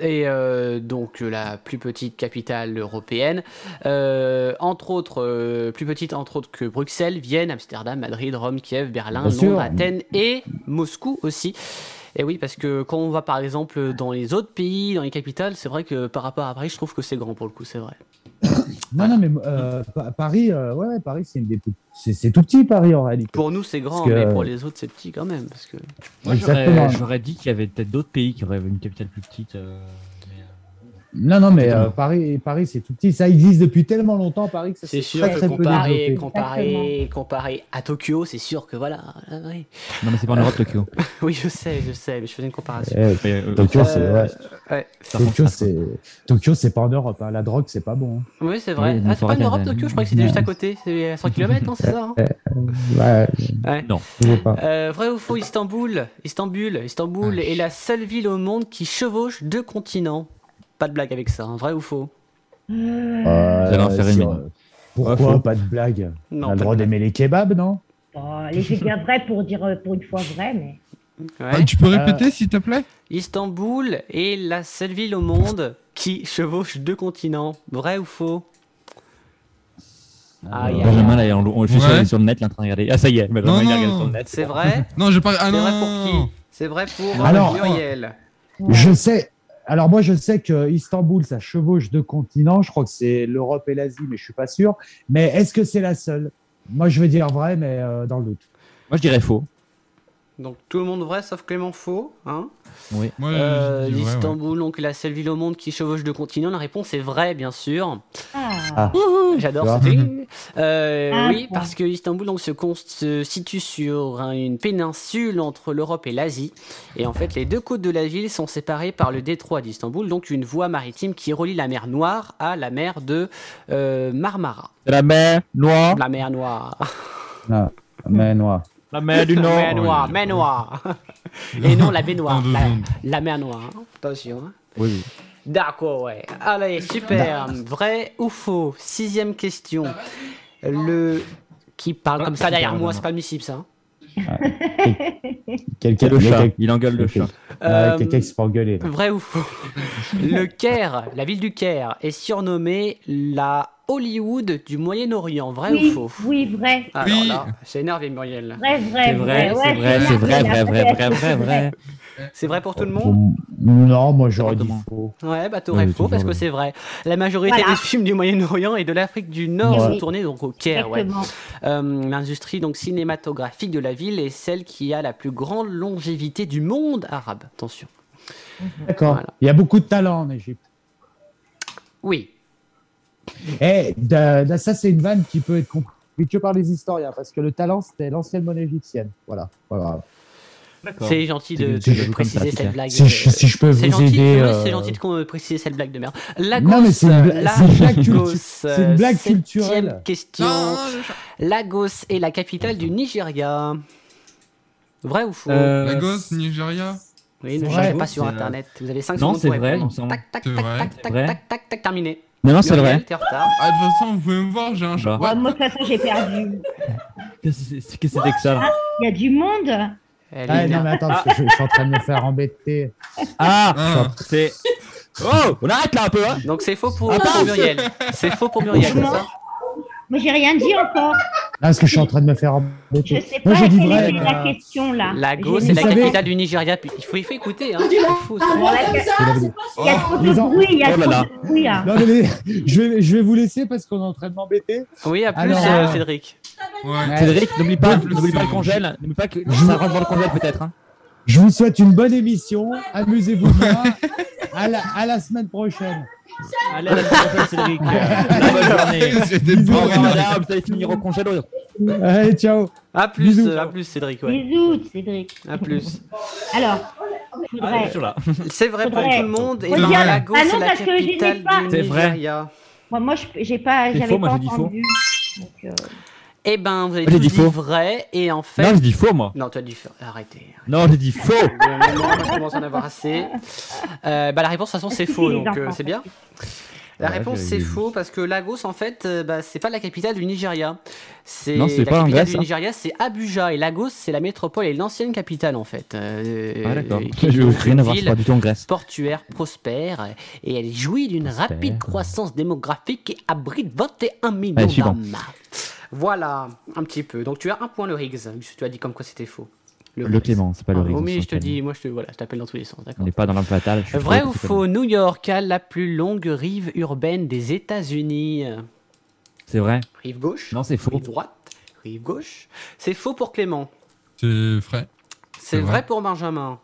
Speaker 2: est, euh, donc la plus petite capitale européenne, Euh, entre autres, euh, plus petite entre autres que Bruxelles, Vienne, Amsterdam, Madrid, Rome, Kiev, Berlin,
Speaker 8: Bien
Speaker 2: Londres,
Speaker 8: sûr.
Speaker 2: Athènes et Moscou aussi. Et oui, parce que quand on va par exemple dans les autres pays, dans les capitales, c'est vrai que par rapport à Paris, je trouve que c'est grand pour le coup, c'est vrai.
Speaker 8: Non, non, mais euh, Pa- Paris, euh, ouais, ouais, Paris, c'est une des plus- c'est- c'est tout petit Paris en réalité.
Speaker 2: Pour nous, c'est grand,
Speaker 8: Parce que-
Speaker 2: mais pour les autres, c'est petit quand même. Parce que...
Speaker 8: Moi,
Speaker 3: Moi,
Speaker 8: j'aurais-
Speaker 3: j'aurais,
Speaker 8: Exactement.
Speaker 3: dit qu'il y avait peut-être d'autres pays qui auraient une capitale plus petite. euh.
Speaker 8: Non, non, mais euh, Paris, Paris, c'est tout petit. Ça existe depuis tellement longtemps, Paris, que ça
Speaker 2: C'est
Speaker 8: s'est
Speaker 2: sûr
Speaker 8: très,
Speaker 2: que
Speaker 8: très peu
Speaker 2: comparé,
Speaker 8: développé.
Speaker 2: comparé, comparé à Tokyo, c'est sûr que voilà. ah, oui.
Speaker 3: Non, mais c'est pas en Europe, [LAUGHS] Tokyo.
Speaker 2: [LAUGHS] Oui, je sais, je sais, mais je faisais une comparaison.
Speaker 8: Eh,
Speaker 4: Mais, euh,
Speaker 8: Tokyo, c'est
Speaker 2: Euh,
Speaker 8: ouais.
Speaker 2: ouais.
Speaker 8: Tokyo, c'est Tokyo, c'est pas en Europe. hein. La drogue, c'est pas bon. hein.
Speaker 2: Oui, c'est vrai.
Speaker 3: Oui,
Speaker 2: ah,
Speaker 3: mais
Speaker 2: c'est
Speaker 3: faut
Speaker 2: pas en
Speaker 3: regarder.
Speaker 2: Europe, Tokyo Je crois que c'était juste à côté. C'est à 100 km, non C'est ça hein
Speaker 8: Ouais,
Speaker 2: Ouais.
Speaker 3: Non.
Speaker 8: je sais pas.
Speaker 2: Euh, Vrai ou faux, Istanbul Istanbul,
Speaker 8: Ah,
Speaker 2: Istanbul est la seule ville au monde qui chevauche deux continents. Pas de blague avec ça, hein. vrai ou faux
Speaker 8: Euh,
Speaker 3: J'allais en faire une,
Speaker 8: sur-
Speaker 3: mais non.
Speaker 8: Pourquoi
Speaker 3: Ouais, faux.
Speaker 8: pas de blague On
Speaker 2: Non.
Speaker 8: a le
Speaker 2: pas
Speaker 8: droit
Speaker 2: de
Speaker 8: d'aimer les kebabs, non
Speaker 5: Oh, les j'ai bien vrai pour dire euh, pour une fois vrai, mais
Speaker 2: blague.
Speaker 7: Ah,
Speaker 2: Ouais.
Speaker 7: tu peux répéter, s'il te plaît
Speaker 2: Istanbul est la seule ville au monde qui chevauche deux continents. Vrai ou faux Aïe, aïe, aïe.
Speaker 3: Benjamin, là, il est en lo- on- je suis sûr,
Speaker 7: Ouais.
Speaker 3: il est sur le net, il est en train de regarder. Ah, ça y est, Benjamin,
Speaker 7: Non,
Speaker 3: il
Speaker 7: non,
Speaker 3: regarde
Speaker 7: non.
Speaker 3: sur le net.
Speaker 2: C'est vrai
Speaker 7: Non, j'ai pas. Ah
Speaker 2: C'est
Speaker 7: non
Speaker 2: vrai pour qui C'est vrai pour
Speaker 8: Alors-
Speaker 2: Muriel.
Speaker 8: Je sais. Alors moi, je sais que Istanbul, ça chevauche deux continents. Je crois que c'est l'Europe et l'Asie, mais je suis pas sûr. Mais est-ce que c'est la seule Moi, je vais dire vrai, mais euh, dans le doute.
Speaker 3: Moi, je dirais faux.
Speaker 2: Donc tout le monde vrai sauf Clément faux, hein
Speaker 3: Oui.
Speaker 7: Moi,
Speaker 2: Euh,
Speaker 7: je dis vrai, ouais.
Speaker 2: Istanbul, donc la seule ville au monde qui chevauche deux continents. La réponse est vraie, bien sûr.
Speaker 5: ah,
Speaker 2: J'adore
Speaker 8: Ah.
Speaker 2: ce ding. Euh,
Speaker 5: Ah,
Speaker 2: oui,
Speaker 5: bon.
Speaker 2: parce que Istanbul donc, se, con- se situe sur un- une péninsule entre l'Europe et l'Asie. Et en fait, les deux côtes de la ville sont séparées par le détroit d'Istanbul, donc une voie maritime qui relie la mer Noire à la mer de euh, Marmara.
Speaker 3: C'est la mer noire,
Speaker 2: La mer
Speaker 7: [LAUGHS]
Speaker 2: Noire.
Speaker 8: Mais noir.
Speaker 3: la mer du
Speaker 2: La
Speaker 3: nord.
Speaker 2: mer Noire, mer Noire. [LAUGHS] Et non, la baignoire.
Speaker 7: Dans deux
Speaker 2: La,
Speaker 7: secondes.
Speaker 2: la mer Noire. hein. Attention. hein.
Speaker 3: Oui, oui.
Speaker 2: D'accord, ouais. Allez, super. Bah, Vrai ou faux Sixième question. Le qui parle comme ça derrière moi, c'est pas admissible ça. hein.
Speaker 8: Quelqu'un
Speaker 3: C'est le
Speaker 8: il y a
Speaker 3: chat.
Speaker 8: quelqu'un-
Speaker 3: Il engueule le chat.
Speaker 8: Ah,
Speaker 2: Euh,
Speaker 8: quelqu'un qui se fait engueuler. là.
Speaker 2: vrai ou faux Le Caire, la ville du Caire, est surnommée la Hollywood du Moyen-Orient. Vrai
Speaker 5: oui,
Speaker 2: ou faux
Speaker 5: oui, vrai,
Speaker 2: Alors
Speaker 7: Oui.
Speaker 2: là, c'est énervé Muriel.
Speaker 5: vrai, vrai,
Speaker 3: C'est vrai,
Speaker 5: ouais,
Speaker 3: c'est vrai,
Speaker 5: la-
Speaker 3: c'est vrai, vrai, vrai,
Speaker 5: la-
Speaker 3: vrai, vrai, vrai.
Speaker 2: C'est vrai pour tout le
Speaker 8: Ah,
Speaker 9: Pour-
Speaker 2: monde
Speaker 9: Non, moi j'aurais dit
Speaker 7: Exactement.
Speaker 9: faux.
Speaker 2: Ouais, bah t'aurais
Speaker 9: Ouais,
Speaker 2: faux parce que
Speaker 9: toujours,
Speaker 2: c'est vrai. La majorité
Speaker 5: Voilà.
Speaker 2: des films du Moyen-Orient et de l'Afrique du Nord
Speaker 5: Ouais.
Speaker 2: sont tournés donc au Caire. ouais.
Speaker 5: Exactement.
Speaker 2: Euh, L'industrie donc cinématographique de la ville est celle qui a la plus grande longévité du monde arabe. Attention.
Speaker 8: D'accord.
Speaker 2: Voilà.
Speaker 8: Il y a beaucoup de talent en Égypte.
Speaker 2: Oui.
Speaker 8: Eh, da- da- ça, c'est une vanne qui peut être comprise que par les historiens, parce que le talent, c'était l'ancienne monnaie égyptienne. Voilà. voilà.
Speaker 4: D'accord.
Speaker 2: C'est gentil de,
Speaker 9: C'est-
Speaker 2: de
Speaker 9: c'est-
Speaker 2: préciser
Speaker 9: comme ça,
Speaker 2: cette
Speaker 9: Peter.
Speaker 2: blague.
Speaker 8: Si,
Speaker 2: euh,
Speaker 8: je- si je peux vous
Speaker 2: c'est gentil,
Speaker 8: aider.
Speaker 2: ouais, c'est
Speaker 8: euh,
Speaker 2: gentil de qu'on- préciser cette blague de merde. La
Speaker 8: Non, mais c'est une bla-
Speaker 2: la
Speaker 8: c'est une blague cultu-
Speaker 2: Lagos, euh,
Speaker 8: c'est une blague
Speaker 2: septième
Speaker 8: culturelle.
Speaker 2: Question.
Speaker 7: Non, non, je-
Speaker 2: Lagos est la capitale du Nigeria. Vrai ou faux
Speaker 4: Euh,
Speaker 7: Lagos, Nigeria.
Speaker 2: Oui, ne
Speaker 8: c'est
Speaker 2: cherchez
Speaker 8: vrai.
Speaker 2: pas sur
Speaker 4: C'est, euh,
Speaker 2: internet. Vous avez 5
Speaker 4: non,
Speaker 2: secondes
Speaker 4: c'est
Speaker 2: pour
Speaker 4: vrai,
Speaker 2: répondre.
Speaker 4: il me semble.
Speaker 2: Tac, tac,
Speaker 7: C'est
Speaker 2: tac,
Speaker 7: vrai.
Speaker 2: tac,
Speaker 4: C'est vrai.
Speaker 2: tac, tac, tac, terminé.
Speaker 9: Non, non, c'est
Speaker 2: Muriel,
Speaker 9: vrai.
Speaker 2: t'es en retard.
Speaker 7: Ah, de toute façon, vous pouvez me voir, j'ai un chat.
Speaker 3: Bah.
Speaker 5: Oh, moi, de toute façon, j'ai perdu.
Speaker 3: Qu'est-ce que c'est- qu'est-ce que c'était que ça
Speaker 5: Il y a du monde.
Speaker 2: Elle est
Speaker 8: Ah, non,
Speaker 2: énervée.
Speaker 8: mais attends, parce que je, je suis en train de me faire embêter.
Speaker 3: Ah
Speaker 7: Ah.
Speaker 3: C'est. Oh On arrête là un peu, hein
Speaker 2: Donc c'est faux
Speaker 5: Ah,
Speaker 2: pour, pour Muriel. C'est faux pour Muriel, c'est ça
Speaker 5: Moi, j'ai rien dit encore.
Speaker 8: Ah, parce que je suis en train de me faire
Speaker 5: Je
Speaker 8: embêter.
Speaker 5: sais pas
Speaker 8: Moi, j'ai
Speaker 5: quelle
Speaker 8: dit
Speaker 5: est
Speaker 8: vrai.
Speaker 5: la question là.
Speaker 2: Lagos
Speaker 5: Je
Speaker 2: est
Speaker 5: n'ai
Speaker 2: la
Speaker 5: pas-
Speaker 8: savez-
Speaker 2: capitale du Nigeria. Puis, Il faut, il faut écouter, hein. C'est faux, ça.
Speaker 5: Bon, la- Il
Speaker 7: Oh,
Speaker 5: y a trop de
Speaker 8: Les en-
Speaker 5: bruit, il y a
Speaker 3: Oh là
Speaker 5: trop
Speaker 3: là.
Speaker 5: de bruit. hein.
Speaker 8: Non, mais les- je, vais, je vais vous laisser parce qu'on est en train de m'embêter.
Speaker 2: Oui, à plus,
Speaker 8: Alors,
Speaker 2: euh,
Speaker 8: euh,
Speaker 2: Cédric.
Speaker 7: ouais.
Speaker 3: Cédric, n'oublie pas,
Speaker 7: Ouais,
Speaker 3: n'oublie pas
Speaker 7: c'est-
Speaker 3: le congèle, n'oublie pas que ça rentre dans le congèle peut-être. [LAUGHS] Hein.
Speaker 8: Je vous souhaite une bonne émission. Amusez-vous bien. À la, à la semaine prochaine.
Speaker 3: Allez, à la semaine prochaine, Cédric. Bonne
Speaker 7: [LAUGHS]
Speaker 3: journée.
Speaker 7: C'était pas
Speaker 8: Bisous,
Speaker 3: Bon,
Speaker 7: vrai.
Speaker 3: madame, vous allez finir au congèle.
Speaker 8: Allez, ciao.
Speaker 2: À plus,
Speaker 8: Bisous.
Speaker 2: euh, à plus, Cédric, ouais.
Speaker 5: Bisous, Cédric.
Speaker 2: À plus.
Speaker 5: Alors,
Speaker 2: Ah,
Speaker 3: Ah,
Speaker 5: faudrait.
Speaker 2: C'est vrai pour
Speaker 5: Faudrait-
Speaker 2: tout le monde. Et
Speaker 5: Faut
Speaker 2: non,
Speaker 7: dire-
Speaker 2: Lagos
Speaker 5: Ah non,
Speaker 2: est la
Speaker 5: parce que j'hésite
Speaker 2: capitale
Speaker 5: pas.
Speaker 2: du
Speaker 3: C'est vrai.
Speaker 2: Nigeria.
Speaker 5: Moi, moi je- j'ai pas,
Speaker 3: C'est
Speaker 5: j'avais pas
Speaker 3: faux, moi, j'ai dit faux.
Speaker 5: entendu. Donc, euh,
Speaker 2: Eh ben, vous avez
Speaker 3: J'ai
Speaker 2: tous
Speaker 3: dit
Speaker 2: dit
Speaker 3: faux.
Speaker 2: vrai. Et en fait...
Speaker 3: Non, j'ai dit faux, moi.
Speaker 2: Non, tu as dû faire... Arrêtez.
Speaker 3: Non, j'ai dit faux.
Speaker 2: Au bout d'un moment, moi, je commence à en avoir assez. Euh, bah, la réponse, de toute façon, c'est
Speaker 5: [LAUGHS]
Speaker 2: faux,
Speaker 5: les
Speaker 2: donc euh,
Speaker 5: enfants.
Speaker 2: c'est bien. La
Speaker 3: Ouais,
Speaker 2: réponse,
Speaker 3: j'ai-
Speaker 2: c'est faux, parce que Lagos, en fait, euh, bah, c'est pas la capitale du Nigeria. C'est
Speaker 3: Non, c'est
Speaker 2: la
Speaker 3: pas en
Speaker 2: capitale
Speaker 3: Grèce,
Speaker 2: du
Speaker 3: hein.
Speaker 2: Nigeria, c'est Abuja. Et Lagos, c'est la métropole et l'ancienne capitale, en fait. Euh,
Speaker 3: Ah, d'accord.
Speaker 2: euh, qui est
Speaker 3: Je
Speaker 2: donc
Speaker 3: veux rien
Speaker 2: une
Speaker 3: avoir, je
Speaker 2: ville
Speaker 3: suis pas du tout en Grèce.
Speaker 2: portuaire prospère et elle jouit d'une
Speaker 3: Prospère.
Speaker 2: rapide croissance démographique et abrite 21 millions
Speaker 3: Allez, suivant.
Speaker 2: d'âmes. Voilà, un petit peu. Donc tu as un point le Riggs, puisque tu as dit comme quoi c'était faux.
Speaker 3: Le Clément, c'est pas le
Speaker 2: Oh,
Speaker 3: Riggs,
Speaker 2: mais
Speaker 3: c'est
Speaker 2: je te
Speaker 3: Clément.
Speaker 2: dis, moi je te voilà, je t'appelle dans tous les sens,
Speaker 3: On
Speaker 2: d'accord.
Speaker 3: n'est pas dans l'âme fatale. je suis
Speaker 2: Vrai
Speaker 3: trop
Speaker 2: ou
Speaker 3: occupé.
Speaker 2: faux, New York a la plus longue rive urbaine des États-Unis.
Speaker 3: C'est vrai.
Speaker 2: Rive gauche,
Speaker 3: Non, c'est faux.
Speaker 2: rive droite, rive gauche. C'est faux pour Clément.
Speaker 7: C'est vrai.
Speaker 2: C'est
Speaker 7: C'est vrai.
Speaker 2: vrai pour Benjamin.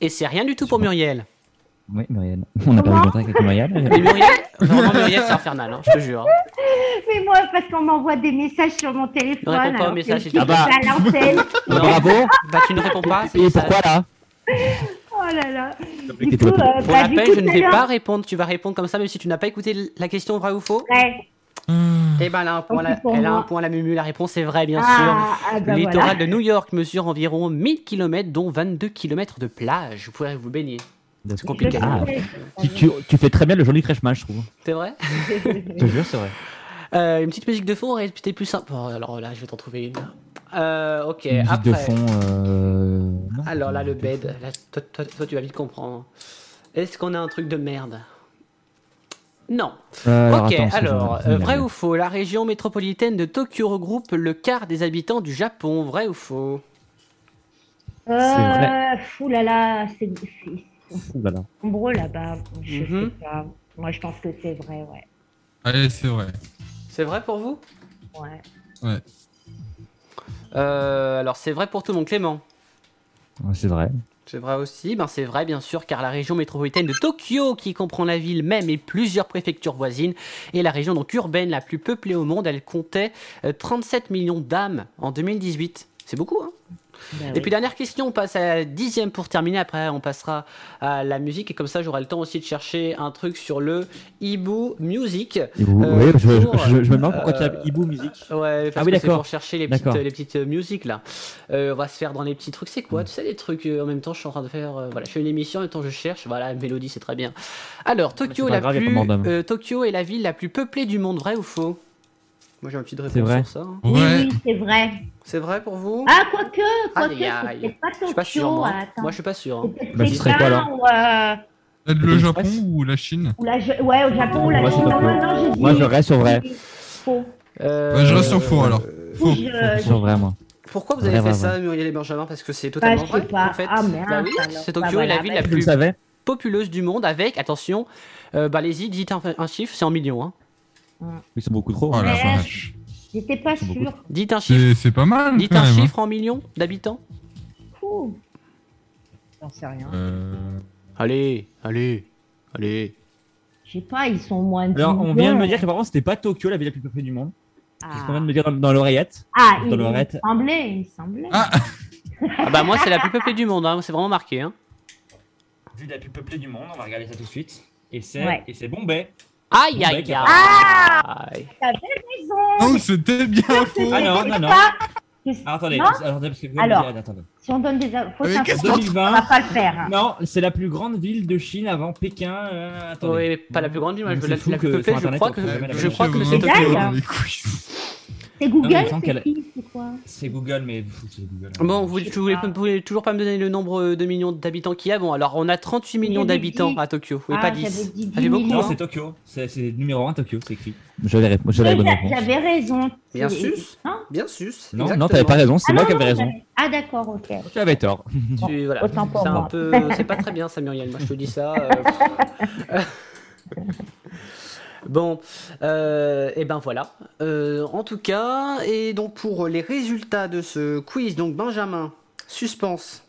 Speaker 2: Et c'est rien du tout pour Muriel.
Speaker 3: Oui, Muriel. On a perdu contact avec
Speaker 2: Mais
Speaker 3: Muriel.
Speaker 2: Muriel, vraiment Muriel, c'est infernal, hein, je te jure.
Speaker 5: Mais moi, parce qu'on m'envoie des messages sur mon téléphone.
Speaker 2: Ne réponds pas
Speaker 5: alors
Speaker 2: aux
Speaker 5: que
Speaker 2: messages, Ah
Speaker 5: je
Speaker 2: s'il te
Speaker 5: suis
Speaker 3: plaît.
Speaker 5: pas à
Speaker 2: bah.
Speaker 5: l'antenne.
Speaker 2: Non.
Speaker 3: Ah, Bravo.
Speaker 2: Bah, tu ne réponds pas. c'est
Speaker 3: Et
Speaker 2: ça.
Speaker 3: pourquoi là
Speaker 5: Oh là là.
Speaker 3: T'es
Speaker 5: Du coup,
Speaker 3: pas
Speaker 5: euh,
Speaker 2: Pour
Speaker 5: bah,
Speaker 2: la
Speaker 5: du
Speaker 2: peine,
Speaker 5: coup,
Speaker 2: je ne
Speaker 5: tout à
Speaker 2: vais
Speaker 5: l'heure-
Speaker 2: pas répondre. Tu vas répondre comme ça, même si tu n'as pas écouté la question vrai ou faux.
Speaker 5: Ouais.
Speaker 7: Hum.
Speaker 2: Eh ben, elle a un point,
Speaker 5: Tant
Speaker 2: la,
Speaker 5: pis pour
Speaker 2: elle a
Speaker 5: moi.
Speaker 2: un point la mumu. La réponse est vraie, bien sûr.
Speaker 5: Ah, ah,
Speaker 2: Le
Speaker 5: bah
Speaker 2: littoral
Speaker 5: voilà.
Speaker 2: de New York mesure environ 1000 km, dont 22 km de plage. Vous pourrez vous baigner. C'est compliqué.
Speaker 3: Ah,
Speaker 5: Je
Speaker 3: tu, tu- tu fais très bien le joli crèche-mal, je trouve.
Speaker 2: C'est vrai
Speaker 3: Je te jure, c'est vrai.
Speaker 2: Euh, Une petite musique de fond aurait été plus simple. Oh, alors là, je vais t'en trouver une. Euh, ok,
Speaker 3: Une musique
Speaker 2: après.
Speaker 3: de fond. euh, non.
Speaker 2: Alors là, le bed, là, toi, toi- toi, tu vas vite comprendre. Est-ce qu'on a un truc de merde Non.
Speaker 3: Euh,
Speaker 2: ok,
Speaker 3: attends, parce que je me
Speaker 2: alors,
Speaker 3: rappelle,
Speaker 2: euh, vrai
Speaker 3: merde.
Speaker 2: ou faux La région métropolitaine de Tokyo regroupe le quart des habitants du Japon. Vrai ou faux
Speaker 5: Euh, fou là là, c'est c'est
Speaker 3: Ouh là là.
Speaker 5: nombreux là-bas. Je
Speaker 2: Mhm.
Speaker 5: sais pas. Moi, je pense que c'est vrai, ouais.
Speaker 7: Allez, c'est vrai.
Speaker 2: C'est vrai pour vous
Speaker 5: ouais.
Speaker 2: Euh, Alors, c'est vrai pour tout le monde, Clément.
Speaker 3: Ouais, c'est vrai.
Speaker 2: C'est vrai aussi, ben c'est vrai bien sûr, car la région métropolitaine de Tokyo, qui comprend la ville même et plusieurs préfectures voisines, est la région donc urbaine la plus peuplée au monde. Elle comptait euh, 37 millions d'âmes en 2018. C'est beaucoup, hein
Speaker 5: Bah
Speaker 2: Et puis dernière question, on passe à la dixième pour terminer. Après, on passera à la musique et comme ça, j'aurai le temps aussi de chercher un truc sur le Ibu Music.
Speaker 3: Et vous-
Speaker 2: Euh,
Speaker 3: oui, je, je-
Speaker 2: pour,
Speaker 3: je- je me demande pourquoi
Speaker 2: euh,
Speaker 3: tu as Hibou Musique.
Speaker 2: Ouais, parce
Speaker 3: Ah oui,
Speaker 2: que c'est
Speaker 3: d'accord.
Speaker 2: pour chercher les petites,
Speaker 3: D'accord.
Speaker 2: les petites euh, musiques là. Euh, on va se faire dans les petits trucs. C'est
Speaker 3: Hmm.
Speaker 2: quoi Tu sais, les trucs euh, en même temps, je suis en train de faire. euh, voilà, je fais une émission, en même temps, je cherche. Voilà, mélodie, c'est très bien. Alors, Tokyo,
Speaker 3: Ah, pas
Speaker 2: la
Speaker 3: grave, y a
Speaker 2: plus,
Speaker 3: pas mort d'homme.
Speaker 2: euh, Tokyo est la ville la plus peuplée du monde, vrai ou faux Moi, j'ai une petite réponse
Speaker 3: vrai.
Speaker 2: sur ça. hein.
Speaker 5: Oui,
Speaker 7: Ouais.
Speaker 5: oui, c'est vrai.
Speaker 2: C'est vrai pour vous
Speaker 5: Ah, quoique, quoique,
Speaker 2: Aïe, aïe.
Speaker 5: c'est peut-être pas
Speaker 2: Je suis pas sûr,
Speaker 5: Tokyo.
Speaker 2: moi.
Speaker 5: attends.
Speaker 2: Moi, je suis pas sûr. hein.
Speaker 5: C'est peut-être
Speaker 3: Bah, ce serait quoi,
Speaker 5: Pékin
Speaker 3: alors
Speaker 5: ou, euh,
Speaker 7: Peut-être
Speaker 3: Et
Speaker 7: le
Speaker 3: je
Speaker 7: Japon
Speaker 3: passe.
Speaker 7: ou la Chine
Speaker 5: ou la Je- ouais, au Japon ou la
Speaker 3: Moi, c'est
Speaker 5: Chine.
Speaker 3: Tokyo.
Speaker 5: Non, non, j'ai dit-
Speaker 3: Moi, je reste sur vrai. Euh,
Speaker 5: Faux.
Speaker 2: Euh,
Speaker 7: Ouais, je reste sur faux, alors.
Speaker 5: Faux,
Speaker 4: euh,
Speaker 7: Faux.
Speaker 5: je-
Speaker 3: Sur vrai, moi.
Speaker 2: Pourquoi vous avez
Speaker 3: Vrai,
Speaker 2: fait
Speaker 3: vrai,
Speaker 2: ça, Muriel et Benjamin Parce que c'est totalement
Speaker 5: Bah, je sais
Speaker 2: vrai.
Speaker 5: pas.
Speaker 2: En fait,
Speaker 5: Ah, merde,
Speaker 2: Bah oui,
Speaker 5: alors.
Speaker 2: c'est
Speaker 5: Bah,
Speaker 2: Tokyo est
Speaker 5: voilà,
Speaker 2: la ville
Speaker 5: bah,
Speaker 2: la
Speaker 3: Je le
Speaker 2: plus
Speaker 3: savais.
Speaker 2: populeuse du monde avec, attention, euh, bah, allez-y, dites un, un chiffre, c'est en millions. Hein.
Speaker 3: Ils sont beaucoup trop.
Speaker 7: Oh la
Speaker 5: Ouais.
Speaker 7: vache.
Speaker 5: J'étais pas
Speaker 3: Ils sont beaucoup
Speaker 5: sûre.
Speaker 2: Dites un chiffre.
Speaker 7: C'est c'est pas mal.
Speaker 2: Dites
Speaker 7: quand
Speaker 2: un
Speaker 7: même, hein.
Speaker 2: chiffre en millions d'habitants.
Speaker 5: Ouh. J'en sais rien.
Speaker 7: Euh,
Speaker 2: Allez, allez, allez.
Speaker 5: Je sais pas, ils sont au moins de
Speaker 3: Alors, on vient de me dire que par contre, c'était pas Tokyo, la ville la plus peuplée du monde. C'est ce qu'on vient de me dire dans, dans l'oreillette.
Speaker 5: Ah,
Speaker 3: Dans
Speaker 5: il, il
Speaker 3: l'oreillette.
Speaker 5: me semblait, il me semblait.
Speaker 7: Ah,
Speaker 2: Ah bah moi, c'est la plus peuplée du monde, hein, c'est vraiment marqué. Hein.
Speaker 4: Vu la plus peuplée du monde, on va regarder ça tout de suite. Et c'est
Speaker 5: Ouais.
Speaker 4: et c'est Bombay.
Speaker 2: Aïe,
Speaker 4: Bon,
Speaker 2: aïe,
Speaker 4: mec,
Speaker 2: aïe.
Speaker 5: Ils ont-
Speaker 7: donc c'était bien faux.
Speaker 4: Ah non, non, non.
Speaker 5: Qu'est-ce-
Speaker 4: Ah, attendez,
Speaker 5: Non
Speaker 4: attendez, parce que.
Speaker 5: Alors.
Speaker 4: attendez, attendez.
Speaker 5: Si on donne des infos,
Speaker 2: Ah
Speaker 7: Mais
Speaker 5: c'est un
Speaker 7: qu'est-ce
Speaker 5: peu- on va
Speaker 4: 2020.
Speaker 5: pas le faire. hein.
Speaker 4: Non, c'est la plus grande ville de Chine avant Pékin. euh, attendez.
Speaker 2: Ah, Oui, mais pas la plus grande ville, moi, je
Speaker 4: C'est
Speaker 2: veux la,
Speaker 4: fou
Speaker 2: la plus
Speaker 4: que
Speaker 2: peuplée,
Speaker 4: sur
Speaker 2: je
Speaker 4: Internet,
Speaker 2: crois
Speaker 4: on
Speaker 2: que,
Speaker 4: peut jamais
Speaker 2: Ah, je
Speaker 4: la
Speaker 2: crois que
Speaker 7: J'avoue,
Speaker 2: c'est
Speaker 5: C'est dingue,
Speaker 2: Tokyo.
Speaker 5: hein.
Speaker 7: les couilles.
Speaker 5: C'est
Speaker 4: Non, mais
Speaker 5: Google,
Speaker 4: il semble
Speaker 5: c'est
Speaker 4: qu'elle-
Speaker 5: qui, c'est quoi
Speaker 4: C'est Google, mais pff, c'est Google.
Speaker 2: Bon, vous, vous voulez,
Speaker 5: pas.
Speaker 2: vous voulez toujours pas me donner le nombre euh, de millions d'habitants qu'il y a Bon, alors on a 38 millions
Speaker 5: J'avais
Speaker 2: d'habitants
Speaker 5: dit.
Speaker 2: à Tokyo, oui,
Speaker 5: Ah,
Speaker 2: pas
Speaker 5: j'avais
Speaker 2: 10.
Speaker 5: dit
Speaker 2: Ça fait
Speaker 5: 10
Speaker 2: beaucoup,
Speaker 4: Non,
Speaker 5: millions.
Speaker 2: hein.
Speaker 4: c'est Tokyo. C'est c'est numéro 1 Tokyo, c'est écrit.
Speaker 3: J'avais répondu. J'avais la bonne
Speaker 5: Mais j'a-
Speaker 3: réponse.
Speaker 5: J'avais raison.
Speaker 2: Bien
Speaker 5: C'est-
Speaker 2: sûr.
Speaker 5: Non
Speaker 2: Bien sus.
Speaker 4: Non,
Speaker 3: Non, non, t'avais pas raison,
Speaker 5: Ah
Speaker 3: c'est moi
Speaker 5: non,
Speaker 3: qui avais
Speaker 5: non,
Speaker 3: raison.
Speaker 5: j'avais- Ah d'accord, ok.
Speaker 3: Tu avais tort.
Speaker 2: Tu- voilà.
Speaker 5: Autant pour
Speaker 2: C'est un
Speaker 5: moi.
Speaker 2: peu, c'est pas très bien ça, Muriel. Moi, je te dis ça. euh. [LAUGHS] bon, et ben voilà. Euh, en tout cas, et donc pour les résultats de ce quiz, donc Benjamin, suspense.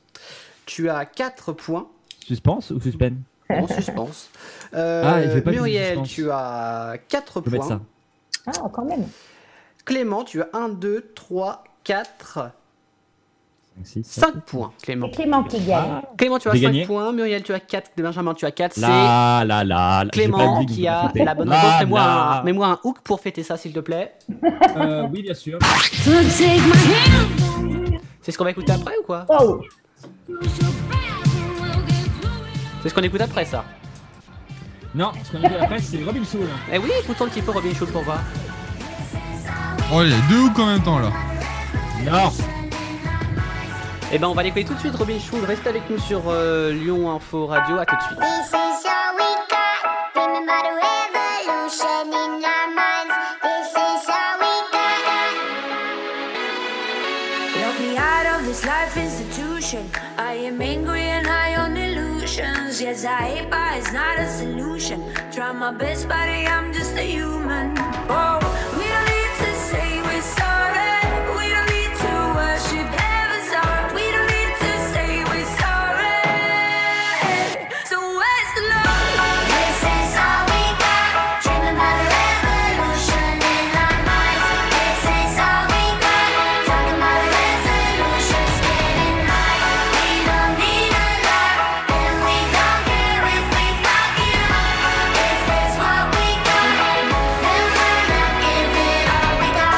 Speaker 2: Tu as 4 points
Speaker 3: Suspense ou suspense
Speaker 5: [LAUGHS]
Speaker 2: en suspense. Euh,
Speaker 3: Ah, je vais pas dire
Speaker 2: Muriel,
Speaker 3: suspense.
Speaker 2: tu as 4
Speaker 3: Je peux mettre
Speaker 2: points.
Speaker 3: ça.
Speaker 5: Ah quand même.
Speaker 2: Clément, tu as 1, 2, 3, 4,
Speaker 3: 5, 6,
Speaker 2: 5 points. Clément.
Speaker 5: C'est Clément qui
Speaker 3: Ah.
Speaker 5: gagne.
Speaker 2: Clément, tu as
Speaker 3: J'ai
Speaker 2: 5
Speaker 3: gagné.
Speaker 2: points. Muriel, tu as 4. Benjamin, tu as 4. C'est
Speaker 3: Là, là, là. là, Ah, j'ai pas
Speaker 2: Clément
Speaker 3: dit que
Speaker 2: qui
Speaker 3: je me
Speaker 2: a
Speaker 3: trompais.
Speaker 2: la bonne
Speaker 3: Là,
Speaker 2: réponse. Mets-moi
Speaker 3: là.
Speaker 5: hein,
Speaker 2: un, mets-moi un hook pour fêter ça, s'il te plaît.
Speaker 4: Euh, oui, bien sûr.
Speaker 2: C'est ce qu'on va écouter après ou quoi
Speaker 5: Wow.
Speaker 2: C'est ce qu'on écoute après, ça.
Speaker 4: Non, ce qu'on a dit après, c'est Robin Soul.
Speaker 2: Eh oui, écoutons un petit peu Robin Schulz pour voir.
Speaker 7: Oh, il y a deux hooks en même temps là.
Speaker 3: Non
Speaker 2: Eh ben, on va l'écouter tout de suite, Robin Schulz. Reste avec nous sur euh, Lyon Info Radio. À tout de suite.
Speaker 9: This is all we got. Remember the revolution in our minds. This is all we got.
Speaker 10: Lock me out of this life institution. I am angry and high on illusions. Yes, I hate, but it's not a solution. Try my best, buddy, I'm just a human. Oh, we don't need to say we're sorry. We don't need to worship heaven's art. We don't need to say we're sorry. So where's the love?
Speaker 9: This is all we got. Dreaming about the revolution in our minds. This is all we got. Talking about resolutions, getting high. We don't need a lot, and we don't care if we fucking up. This is what we got, and we're not giving all we got.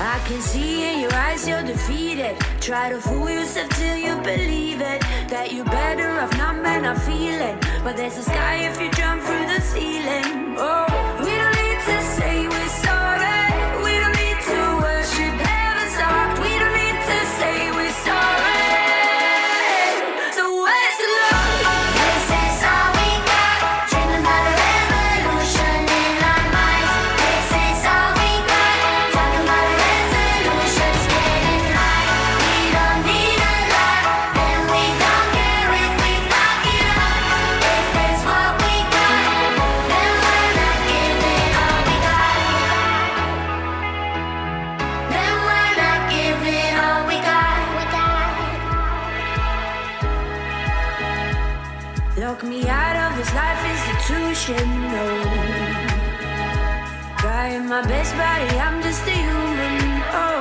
Speaker 10: I can see in your eyes you're defeated. Try to fool yourself till you believe it. That you're better off not men are feeling. But there's a sky if you jump through the ceiling. Oh, we don't need to say we're sorry. We don't need to worship heaven's art. We don't need to say we're sorry. So where's the love?
Speaker 9: This is all we got. Dreaming about a revolution in our minds. This is all we got. Talking about resolutions, getting high. We don't need a lot, and we don't care if we fuck it up. This is what we got, and we're not giving all we got. Then we're not giving all we got.
Speaker 10: Lock me out of this life institution, no. Trying my best, buddy, I'm just a human, oh.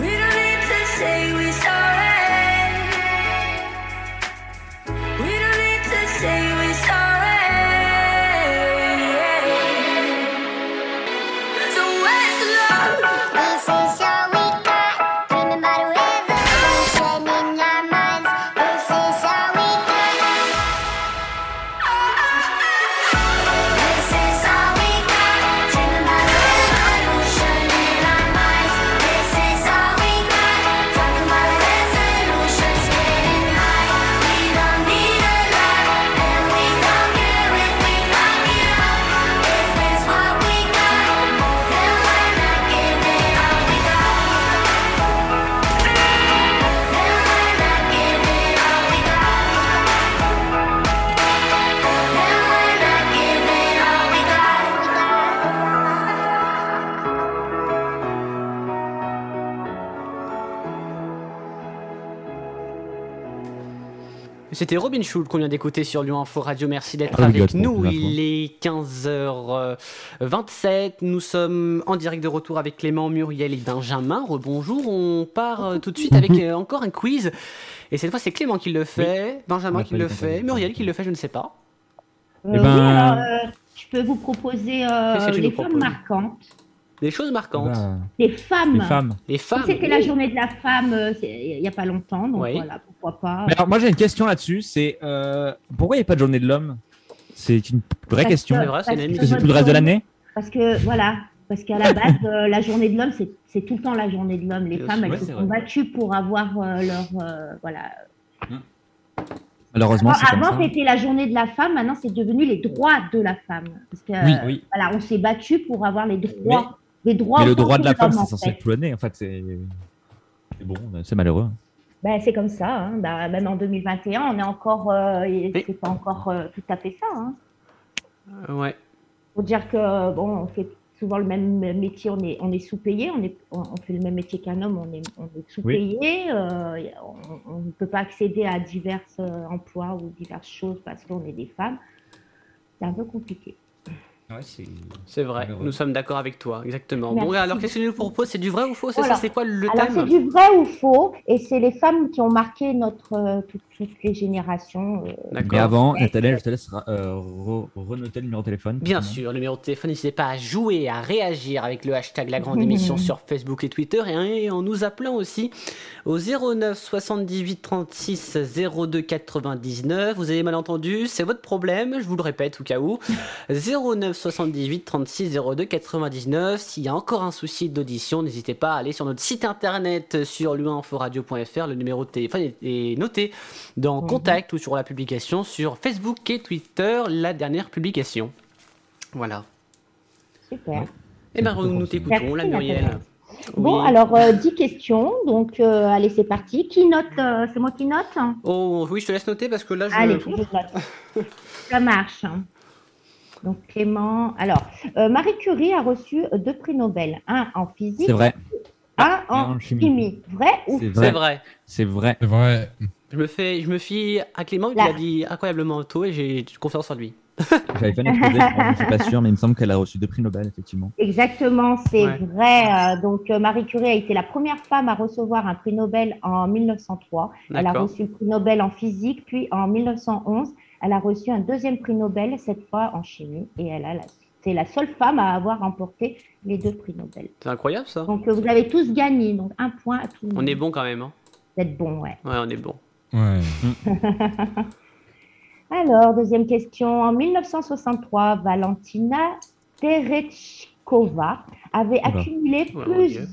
Speaker 10: We don't need to say we're sorry. We don't need to say we're sorry. So where's the love?
Speaker 9: This is all we got. Dreaming about a revolution in our minds. This is all we got. This is all we got. Dreaming
Speaker 2: C'était Robin Schulz qu'on vient d'écouter sur Lyon Info Radio. Merci d'être
Speaker 3: Ah, le
Speaker 2: avec
Speaker 3: gâteau,
Speaker 2: nous.
Speaker 3: la
Speaker 2: Il est 15h27. Nous sommes en direct de retour avec Clément, Muriel et Benjamin. Rebonjour. On part euh, tout de suite avec euh, encore un quiz. Et cette fois, c'est Clément qui le fait,
Speaker 3: On
Speaker 2: Benjamin
Speaker 3: a
Speaker 2: qui
Speaker 3: pas
Speaker 2: le
Speaker 3: eu le temps
Speaker 2: fait,
Speaker 3: de-
Speaker 2: Muriel qui le fait, je ne sais pas.
Speaker 5: Euh,
Speaker 3: Eh
Speaker 5: oui,
Speaker 3: ben-
Speaker 5: alors, euh, je peux vous proposer euh,
Speaker 2: Qu'est-ce que tu
Speaker 5: les
Speaker 2: nous
Speaker 5: femmes
Speaker 2: proposes
Speaker 5: marquantes.
Speaker 2: Des choses marquantes.
Speaker 3: Bah,
Speaker 5: Les femmes.
Speaker 3: les femmes.
Speaker 2: Les femmes.
Speaker 5: C'était la journée de la femme euh, c'est- il n'y a pas longtemps, donc
Speaker 2: Oui.
Speaker 5: voilà, pourquoi pas.
Speaker 3: Mais alors, moi, j'ai une question là-dessus. C'est euh, pourquoi il n'y a pas de journée de l'homme C'est une vraie
Speaker 5: Parce
Speaker 3: question.
Speaker 5: que-
Speaker 2: C'est vrai, c'est
Speaker 5: parce
Speaker 2: une
Speaker 5: que
Speaker 3: Parce que c'est
Speaker 5: votre
Speaker 3: tout le reste de
Speaker 5: journée-
Speaker 3: l'année
Speaker 5: Parce que, voilà, parce qu'à
Speaker 3: [LAUGHS]
Speaker 5: la base, euh, la journée de l'homme, c'est- c'est tout le temps la journée de l'homme. Les
Speaker 2: Et
Speaker 5: femmes,
Speaker 2: aussi,
Speaker 5: elles
Speaker 2: ouais,
Speaker 5: se
Speaker 2: c'est
Speaker 5: sont
Speaker 2: vrai.
Speaker 5: battues pour avoir euh, leur. euh, voilà.
Speaker 3: Malheureusement, c'est comme
Speaker 5: avant,
Speaker 3: ça.
Speaker 5: c'était la journée de la femme, maintenant, c'est devenu les droits de la femme. Parce que,
Speaker 3: Oui,
Speaker 5: euh,
Speaker 3: oui.
Speaker 5: voilà, on s'est battu pour avoir les droits. les droits
Speaker 3: Mais le
Speaker 5: autant
Speaker 3: droit
Speaker 5: que
Speaker 3: de la femme,
Speaker 5: l'homme,
Speaker 3: c'est
Speaker 5: en
Speaker 3: censé
Speaker 5: fait.
Speaker 3: être polonais. En fait, c'est c'est bon, c'est malheureux.
Speaker 5: Ben, c'est comme ça, hein. Ben, même en 2021, on est encore, euh, et
Speaker 2: Mais-
Speaker 5: c'est pas encore euh, tout à fait ça. hein.
Speaker 2: Euh, Ouais.
Speaker 5: Pour dire que bon, on fait souvent le même métier, on est, on est sous-payé, on, est, on, on fait le même métier qu'un homme, on est, on est sous-payé, euh, y a- on- on ne peut pas accéder à divers euh, emplois ou diverses choses parce qu'on est des femmes. C'est un peu compliqué.
Speaker 4: Ouais, c'est.
Speaker 2: C'est vrai,
Speaker 4: Malheureux.
Speaker 2: nous sommes d'accord avec toi, exactement. Bon,
Speaker 5: Merci.
Speaker 2: alors qu'est-ce que tu nous proposes C'est du vrai ou faux C'est
Speaker 5: Voilà.
Speaker 2: ça C'est quoi le
Speaker 5: Alors c'est
Speaker 2: thème
Speaker 5: du vrai ou faux, et c'est les femmes qui ont marqué notre euh, tout- toutes les générations. euh,
Speaker 3: Mais
Speaker 2: D'accord.
Speaker 3: avant, Nathalie, je te laisse ra- euh, re- renoter le numéro de téléphone.
Speaker 2: Bien sûr, le numéro de téléphone, n'hésitez pas à jouer, à réagir avec le hashtag La Grande Émission sur Facebook et Twitter et en nous appelant aussi au 09 78 36 02 99. Vous avez mal entendu, c'est votre problème, je vous le répète au cas où. 09 78 36 02 99. S'il y a encore un souci d'audition, n'hésitez pas à aller sur notre site internet euh, sur luinforadio.fr. Le numéro de téléphone est- est noté dans contact ou sur la publication sur Facebook et Twitter, la dernière publication. Voilà.
Speaker 5: super.
Speaker 2: Eh bien, nous t'écoutons,
Speaker 5: Merci,
Speaker 2: la Muriel.
Speaker 5: Nathalie. Bon,
Speaker 2: Oui.
Speaker 5: alors, euh, 10 questions. Donc, euh, allez, c'est parti. Qui note euh, C'est moi qui note
Speaker 2: Oh oui, je te laisse noter parce que là, je.
Speaker 5: Allez, je note. Ça marche. Donc, Clément. Alors, euh, Marie Curie a reçu euh, deux prix Nobel. Un en physique,
Speaker 3: C'est vrai,
Speaker 5: un
Speaker 3: et
Speaker 5: en
Speaker 3: en chimie.
Speaker 5: Oh, chimie. Vrai ou
Speaker 3: c'est
Speaker 2: C'est
Speaker 3: vrai,
Speaker 2: vrai.
Speaker 3: c'est vrai.
Speaker 7: C'est vrai.
Speaker 2: Je me fais, je me fie à Clément, il
Speaker 5: Là.
Speaker 2: a dit incroyablement tôt et j'ai confiance en lui.
Speaker 3: J'avais pas noté,
Speaker 5: [LAUGHS]
Speaker 3: je suis pas sûr, mais il me semble qu'elle a reçu deux prix Nobel, effectivement.
Speaker 5: Exactement, c'est
Speaker 2: Ouais.
Speaker 5: vrai. Euh, Donc, euh, Marie Curie a été la première femme à recevoir un prix Nobel en 1903. Elle a
Speaker 2: D'accord.
Speaker 5: reçu le prix Nobel en physique, puis en 1911, elle a reçu un deuxième prix Nobel, cette fois en chimie, et elle a la- c'est la seule femme à avoir remporté les deux prix Nobel.
Speaker 2: C'est incroyable ça.
Speaker 5: Donc, euh, vous avez tous gagné, donc un point à tout le monde.
Speaker 2: On est bon quand même. Hein.
Speaker 5: Vous êtes bon, ouais.
Speaker 2: Ouais, on est bon.
Speaker 7: Ouais.
Speaker 5: Alors, deuxième question. En 1963, Valentina Tereshkova avait
Speaker 3: Oula.
Speaker 5: accumulé
Speaker 2: mon
Speaker 5: plus
Speaker 2: Dieu.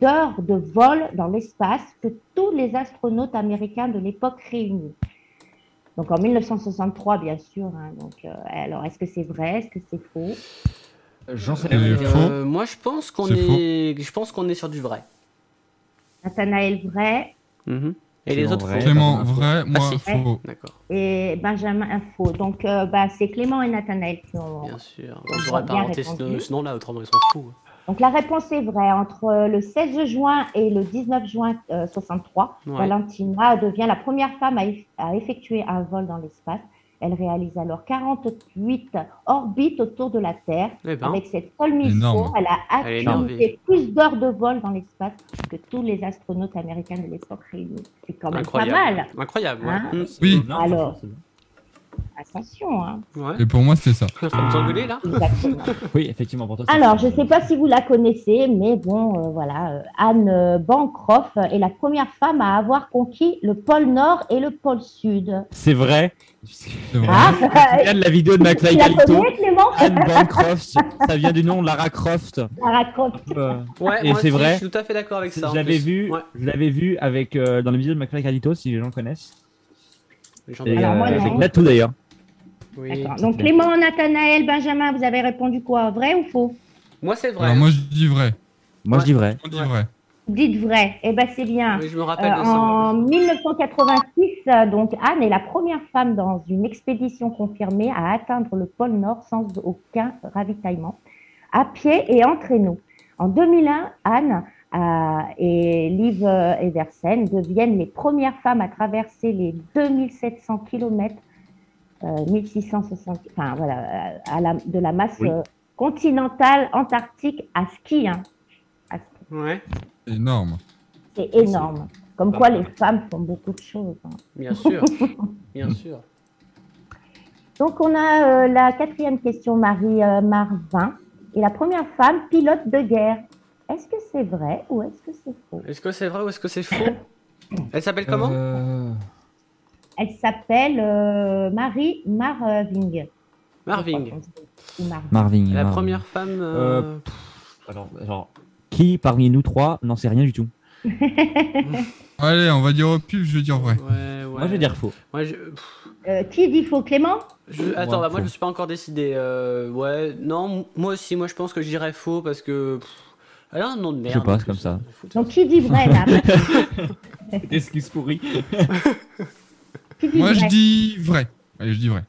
Speaker 5: d'heures de vol dans l'espace que tous les astronautes américains de l'époque réunis. Donc en 1963, bien sûr. hein. donc, euh, alors, est-ce que c'est vrai Est-ce que c'est faux
Speaker 3: J'en sais
Speaker 7: Elle est faux.
Speaker 2: Euh, moi, je pense qu'on
Speaker 7: C'est
Speaker 2: est, je pense qu'on est sur du vrai.
Speaker 5: Nathanaël, vrai.
Speaker 2: Mhm. Et
Speaker 3: Clément,
Speaker 2: les autres
Speaker 3: vrai.
Speaker 2: faux.
Speaker 7: Clément, vrai, moi,
Speaker 2: bah, si.
Speaker 7: faux.
Speaker 2: D'accord.
Speaker 5: Et Benjamin, faux. Donc, euh, bah, c'est Clément et Nathanaël qui ont,
Speaker 2: Bien sûr.
Speaker 5: On
Speaker 2: J'aurais
Speaker 5: a
Speaker 2: pas
Speaker 5: bien
Speaker 2: inventé ce,
Speaker 5: répondu.
Speaker 2: ce nom-là, autrement ils sont fous.
Speaker 5: Donc la réponse est vraie. Entre euh, le 16 juin et le 19 juin euh, 63,
Speaker 2: Ouais.
Speaker 5: Valentina devient la première femme à, eff- à effectuer un vol dans l'espace. Elle réalise alors 48 orbites autour de la Terre.
Speaker 2: Eh ben,
Speaker 5: Avec cette seule mission,
Speaker 7: Énorme.
Speaker 5: elle a
Speaker 2: Elle est énorme.
Speaker 5: accumulé plus d'heures de vol dans l'espace que tous les astronautes américains de l'époque réunis. C'est quand même pas mal.
Speaker 2: incroyable. Incroyable. Ouais.
Speaker 5: Hein
Speaker 2: Mhm.
Speaker 7: Oui.
Speaker 5: Alors. Attention, hein.
Speaker 2: Ouais.
Speaker 7: Et pour moi, c'était ça.
Speaker 2: On va nous engueuler là.
Speaker 5: Exactement.
Speaker 3: Oui, effectivement, pour toi. c'est-
Speaker 5: Alors, je ne sais pas si vous la connaissez, mais bon, euh, voilà, euh, Anne euh, Bancroft est la première femme à avoir conquis le pôle Nord et le pôle Sud.
Speaker 3: C'est vrai.
Speaker 7: C'est vrai.
Speaker 3: [LAUGHS]
Speaker 5: Ah,
Speaker 3: Regarde la vidéo de
Speaker 5: tu
Speaker 3: McFly
Speaker 5: la
Speaker 3: Galito.
Speaker 5: connais, Clément
Speaker 3: Anne
Speaker 5: [LAUGHS]
Speaker 3: Bancroft, ça vient du nom Lara Croft.
Speaker 5: Lara Croft.
Speaker 3: Euh,
Speaker 2: Ouais.
Speaker 3: Et
Speaker 2: moi
Speaker 3: c'est
Speaker 2: aussi,
Speaker 3: vrai.
Speaker 2: Je suis tout à fait d'accord avec ça. en
Speaker 3: je l'avais
Speaker 2: plus.
Speaker 3: vu,
Speaker 2: Ouais.
Speaker 3: je l'avais vu avec euh, dans les vidéos de McFly Galito, si les gens connaissent.
Speaker 2: Les gens
Speaker 3: Et
Speaker 5: Alors, moi,
Speaker 3: euh,
Speaker 5: non.
Speaker 3: avec Natou d'ailleurs.
Speaker 2: Oui.
Speaker 5: D'accord. Donc, Clément, Nathanaël, Benjamin, vous avez répondu quoi Vrai ou faux
Speaker 2: Moi, c'est vrai.
Speaker 7: Alors moi, je dis vrai.
Speaker 3: Moi, je dis vrai.
Speaker 7: On dit
Speaker 2: Ouais.
Speaker 7: vrai.
Speaker 5: Dites vrai. Eh bien, c'est bien.
Speaker 2: Oui, je me
Speaker 5: Euh,
Speaker 2: rappelle de ça.
Speaker 5: en 1986, euh, donc Anne est la première femme dans une expédition confirmée à atteindre le pôle Nord sans aucun ravitaillement, à pied et en traîneau. En 2001, Anne Euh, et Liv euh, Eversen deviennent les premières femmes à traverser les 2700 km, euh, 1660, enfin voilà, euh, à la- de la masse
Speaker 7: Oui.
Speaker 5: euh, continentale antarctique à ski. hein.
Speaker 2: Ouais.
Speaker 7: Énorme.
Speaker 5: C'est énorme. Comme quoi, les femmes font beaucoup de choses. hein.
Speaker 2: Bien sûr.
Speaker 3: [LAUGHS]
Speaker 2: Bien sûr.
Speaker 5: Donc, on a euh, la quatrième question, Marie euh, Marvin. Et la première femme pilote de guerre. Est-ce que c'est vrai ou est-ce que c'est faux
Speaker 2: Est-ce que c'est vrai ou est-ce que c'est faux Elle
Speaker 3: Euh,
Speaker 2: s'appelle comment
Speaker 5: Elle s'appelle euh, Marie Marving.
Speaker 2: Marving.
Speaker 5: Ou Marvin.
Speaker 3: Marvin.
Speaker 2: La
Speaker 3: Marvin.
Speaker 2: première femme. euh,
Speaker 3: Euh, pff, alors, genre, qui parmi nous trois n'en sait rien du tout
Speaker 7: Allez, on va dire au pub, je vais dire vrai.
Speaker 3: Euh, Moi, je vais dire faux.
Speaker 2: moi, je- pff,
Speaker 5: Euh, qui dit faux Clément
Speaker 2: je- attends,
Speaker 3: Ouais,
Speaker 2: bah, moi
Speaker 3: faux.
Speaker 2: je suis pas encore décidé. euh, ouais, non, m- moi aussi, moi je pense que je dirais faux parce que. pff, elle a un nom de
Speaker 3: Je
Speaker 2: merde.
Speaker 3: sais pas, c'est comme ça.
Speaker 5: Donc, qui dit vrai
Speaker 7: [LAUGHS]
Speaker 5: là
Speaker 3: [LAUGHS] Excuse pourrie.
Speaker 5: Qui dit
Speaker 7: Moi, je
Speaker 5: vrai
Speaker 7: dis vrai. Allez, je dis vrai.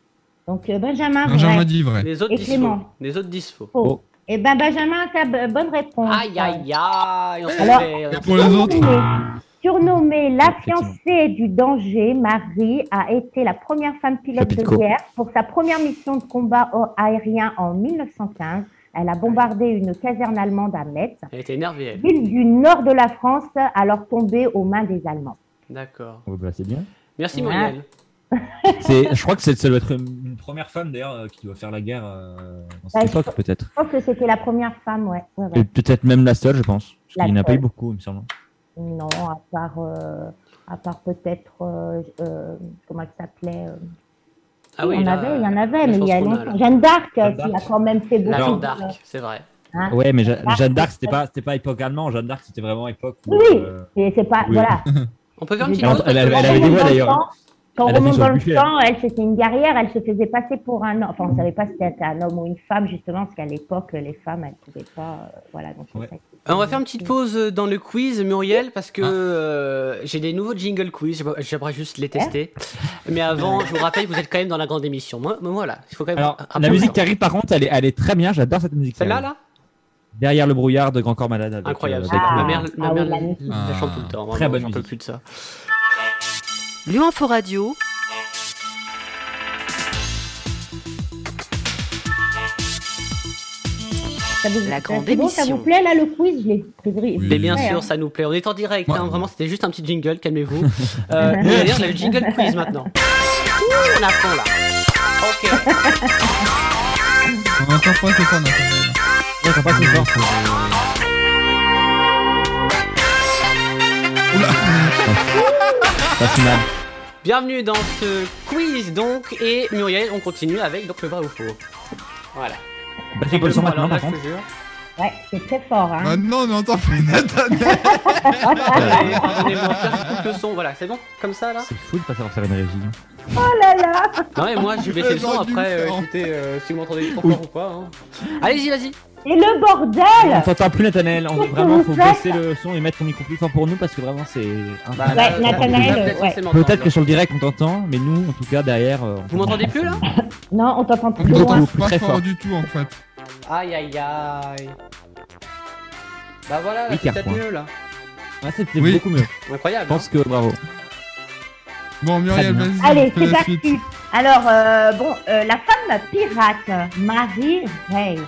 Speaker 5: Donc, euh, Benjamin,
Speaker 7: Benjamin
Speaker 5: vrai.
Speaker 7: dit vrai.
Speaker 2: Les autres
Speaker 5: Et
Speaker 2: disent
Speaker 5: Clément.
Speaker 2: faux. Les autres disent faux.
Speaker 5: Faux. Eh ben Benjamin, ta b- bonne réponse.
Speaker 2: Aïe aïe aïe, on
Speaker 5: Alors-
Speaker 2: s'en fait. euh,
Speaker 7: Et pour les autres,
Speaker 5: Surnommée- Surnommée la fiancée du danger, Marie a été la première femme pilote de
Speaker 3: Chapitre.
Speaker 5: guerre pour sa première mission de combat au- aérien en 1915. Elle a bombardé une caserne allemande à Metz,
Speaker 2: Elle était énervée, elle.
Speaker 5: ville du nord de la France, alors tombée aux mains des Allemands.
Speaker 2: D'accord.
Speaker 3: Oh, bah, c'est bien.
Speaker 2: Merci
Speaker 5: Ouais.
Speaker 2: Muriel.
Speaker 3: C'est- Je crois que c'est- ça doit être une une première femme d'ailleurs euh, qui doit faire la guerre euh, dans cette
Speaker 5: Ouais, je-
Speaker 3: époque peut-être.
Speaker 5: Je pense que c'était la première femme, ouais. ouais, ouais.
Speaker 3: Et Peut-être même la seule, je pense. Parce
Speaker 5: La
Speaker 3: qu'il n'y en a pas eu
Speaker 5: seule.
Speaker 3: beaucoup, il me semble.
Speaker 5: Non, à part, euh, à part peut-être, euh, euh, comment elle s'appelait euh,
Speaker 2: Ah oui,
Speaker 5: il y en
Speaker 2: là,
Speaker 5: avait, il y en
Speaker 2: là,
Speaker 5: avait,
Speaker 2: je
Speaker 5: mais il
Speaker 2: pense
Speaker 5: y a
Speaker 2: qu'on
Speaker 5: longtemps.
Speaker 2: là.
Speaker 5: Jeanne d'Arc, qui
Speaker 3: Jeanne d'Arc.
Speaker 5: a quand même fait beaucoup.
Speaker 2: La Jeanne
Speaker 5: de-
Speaker 2: d'Arc, c'est vrai.
Speaker 5: hein.
Speaker 3: Ouais, mais Je-
Speaker 5: Ah,
Speaker 3: Jeanne d'Arc, c'était
Speaker 5: c'est-
Speaker 3: pas, c'était pas époque allemande. Jeanne d'Arc, c'était vraiment époque. où,
Speaker 5: Oui,
Speaker 3: euh,
Speaker 5: Et c'est pas,
Speaker 3: Oui.
Speaker 5: voilà.
Speaker 2: On peut faire une petite
Speaker 3: Elle a-
Speaker 2: pause parce
Speaker 3: elle a-
Speaker 2: que-
Speaker 3: elle avait des voix, d'ailleurs.
Speaker 5: Quand on
Speaker 3: Elle a fait
Speaker 5: remonte
Speaker 3: sur
Speaker 5: dans
Speaker 3: le
Speaker 5: le
Speaker 3: buffet,
Speaker 5: temps, elle, c'était une guerrière, elle se faisait passer pour un homme. Enfin, on ne savait pas si c'était un homme ou une femme, justement, parce qu'à l'époque, les femmes, elles ne pouvaient pas. euh, voilà, donc c'est
Speaker 3: Ouais.
Speaker 5: ça.
Speaker 2: Euh, On va faire une petite pause euh, dans le quiz, Muriel, parce que euh, j'ai des nouveaux jingle quiz. J'aimerais- J'aimerais juste les tester. Mais avant, je vous rappelle, vous êtes quand même dans la grande émission. Moi, moi, voilà, il faut quand même.
Speaker 3: Alors,
Speaker 2: un- un
Speaker 3: la
Speaker 2: peu
Speaker 3: musique
Speaker 2: ça.
Speaker 3: qui arrive, par contre, elle est, elle est très bien. J'adore cette musique. qui
Speaker 2: Celle-là,
Speaker 3: arrive.
Speaker 2: là
Speaker 3: Derrière le brouillard de Grand Corps Malade. avec,
Speaker 2: Incroyable.
Speaker 3: euh, avec,
Speaker 5: Ah.
Speaker 2: ma
Speaker 3: euh,
Speaker 2: mère, ma
Speaker 5: Ah oui, la
Speaker 2: mère la,
Speaker 5: musique.
Speaker 2: la chante tout le temps.
Speaker 3: Très
Speaker 2: vraiment,
Speaker 3: bonne
Speaker 2: J'en peux
Speaker 3: musique.
Speaker 2: plus de ça.
Speaker 1: Luanfo Radio,
Speaker 5: Ça vous- euh,
Speaker 1: La grande
Speaker 5: c'est bon, Ça
Speaker 1: émission.
Speaker 5: vous plaît, là, le quiz Je l'ai pris.
Speaker 7: Oui.
Speaker 2: Mais bien
Speaker 5: Ouais, hein.
Speaker 2: sûr, ça nous plaît. On est en direct,
Speaker 7: Moi-
Speaker 2: hein, vraiment, c'était juste un petit
Speaker 3: [LAUGHS]
Speaker 2: jingle, calmez-vous. Euh, D'ailleurs, on a le jingle quiz maintenant. Ouh, on apprend là. Ok.
Speaker 7: on n'entend pas c'est ça, Nathan.
Speaker 3: ouais, j'en passe encore. Ça, c'est mal.
Speaker 2: Bienvenue dans ce quiz donc. Et Muriel, on continue avec donc le vrai ou faux. Voilà.
Speaker 3: Bah, c'est pas le son maintenant,
Speaker 2: Alors là,
Speaker 3: par
Speaker 2: [LAUGHS]
Speaker 3: contre.
Speaker 2: je te jure.
Speaker 5: Ouais, c'est très fort. Hein.
Speaker 7: Maintenant, Ah, on n'entend plus Nathan.
Speaker 2: Allez, pardonnez-moi, je coupe le son. Voilà, c'est bon Comme ça là
Speaker 3: C'est fou de pas savoir faire une régie.
Speaker 2: Non, mais moi je vais baisser le son
Speaker 7: J'aurais dû
Speaker 2: après.
Speaker 7: le
Speaker 2: euh,
Speaker 7: faire.
Speaker 2: écoutez, euh, si vous m'entendez trop fort ou pas. hein. Allez-y, vas-y.
Speaker 5: Et le bordel
Speaker 3: On t'entend plus, Nathanaël. On,
Speaker 5: Qu'est-ce que
Speaker 3: vraiment,
Speaker 5: vous
Speaker 3: faut
Speaker 5: faites
Speaker 3: baisser le son et mettre ton micro plus fort pour nous parce que vraiment, c'est.
Speaker 2: Bah,
Speaker 5: Ouais, Nathanaël,
Speaker 2: là, vous m'appelez
Speaker 5: ouais.
Speaker 2: forcément,
Speaker 3: Peut-être
Speaker 2: là.
Speaker 3: que sur le direct, on t'entend, mais nous, en tout cas, derrière. euh, on
Speaker 2: Vous
Speaker 3: t'entend
Speaker 2: m'entendez
Speaker 3: pas.
Speaker 2: plus là
Speaker 5: Non, on t'entend
Speaker 7: On
Speaker 5: plus loin.
Speaker 7: n'entend pas
Speaker 3: Très fort.
Speaker 7: fort du tout, en fait.
Speaker 2: Aïe aïe aïe. Bah voilà,
Speaker 3: Oui,
Speaker 2: c'est
Speaker 3: car
Speaker 2: peut-être
Speaker 3: point.
Speaker 2: mieux là.
Speaker 3: Ah, c'était
Speaker 7: Oui.
Speaker 3: beaucoup mieux. Je
Speaker 2: Incroyable.
Speaker 3: pense que bravo.
Speaker 7: Bon, Muriel,
Speaker 3: Très bien.
Speaker 7: vas-y.
Speaker 5: Allez,
Speaker 7: fais
Speaker 5: c'est
Speaker 7: la
Speaker 5: parti.
Speaker 7: suite.
Speaker 5: Alors, euh, bon, euh, la femme pirate, Marie Reid,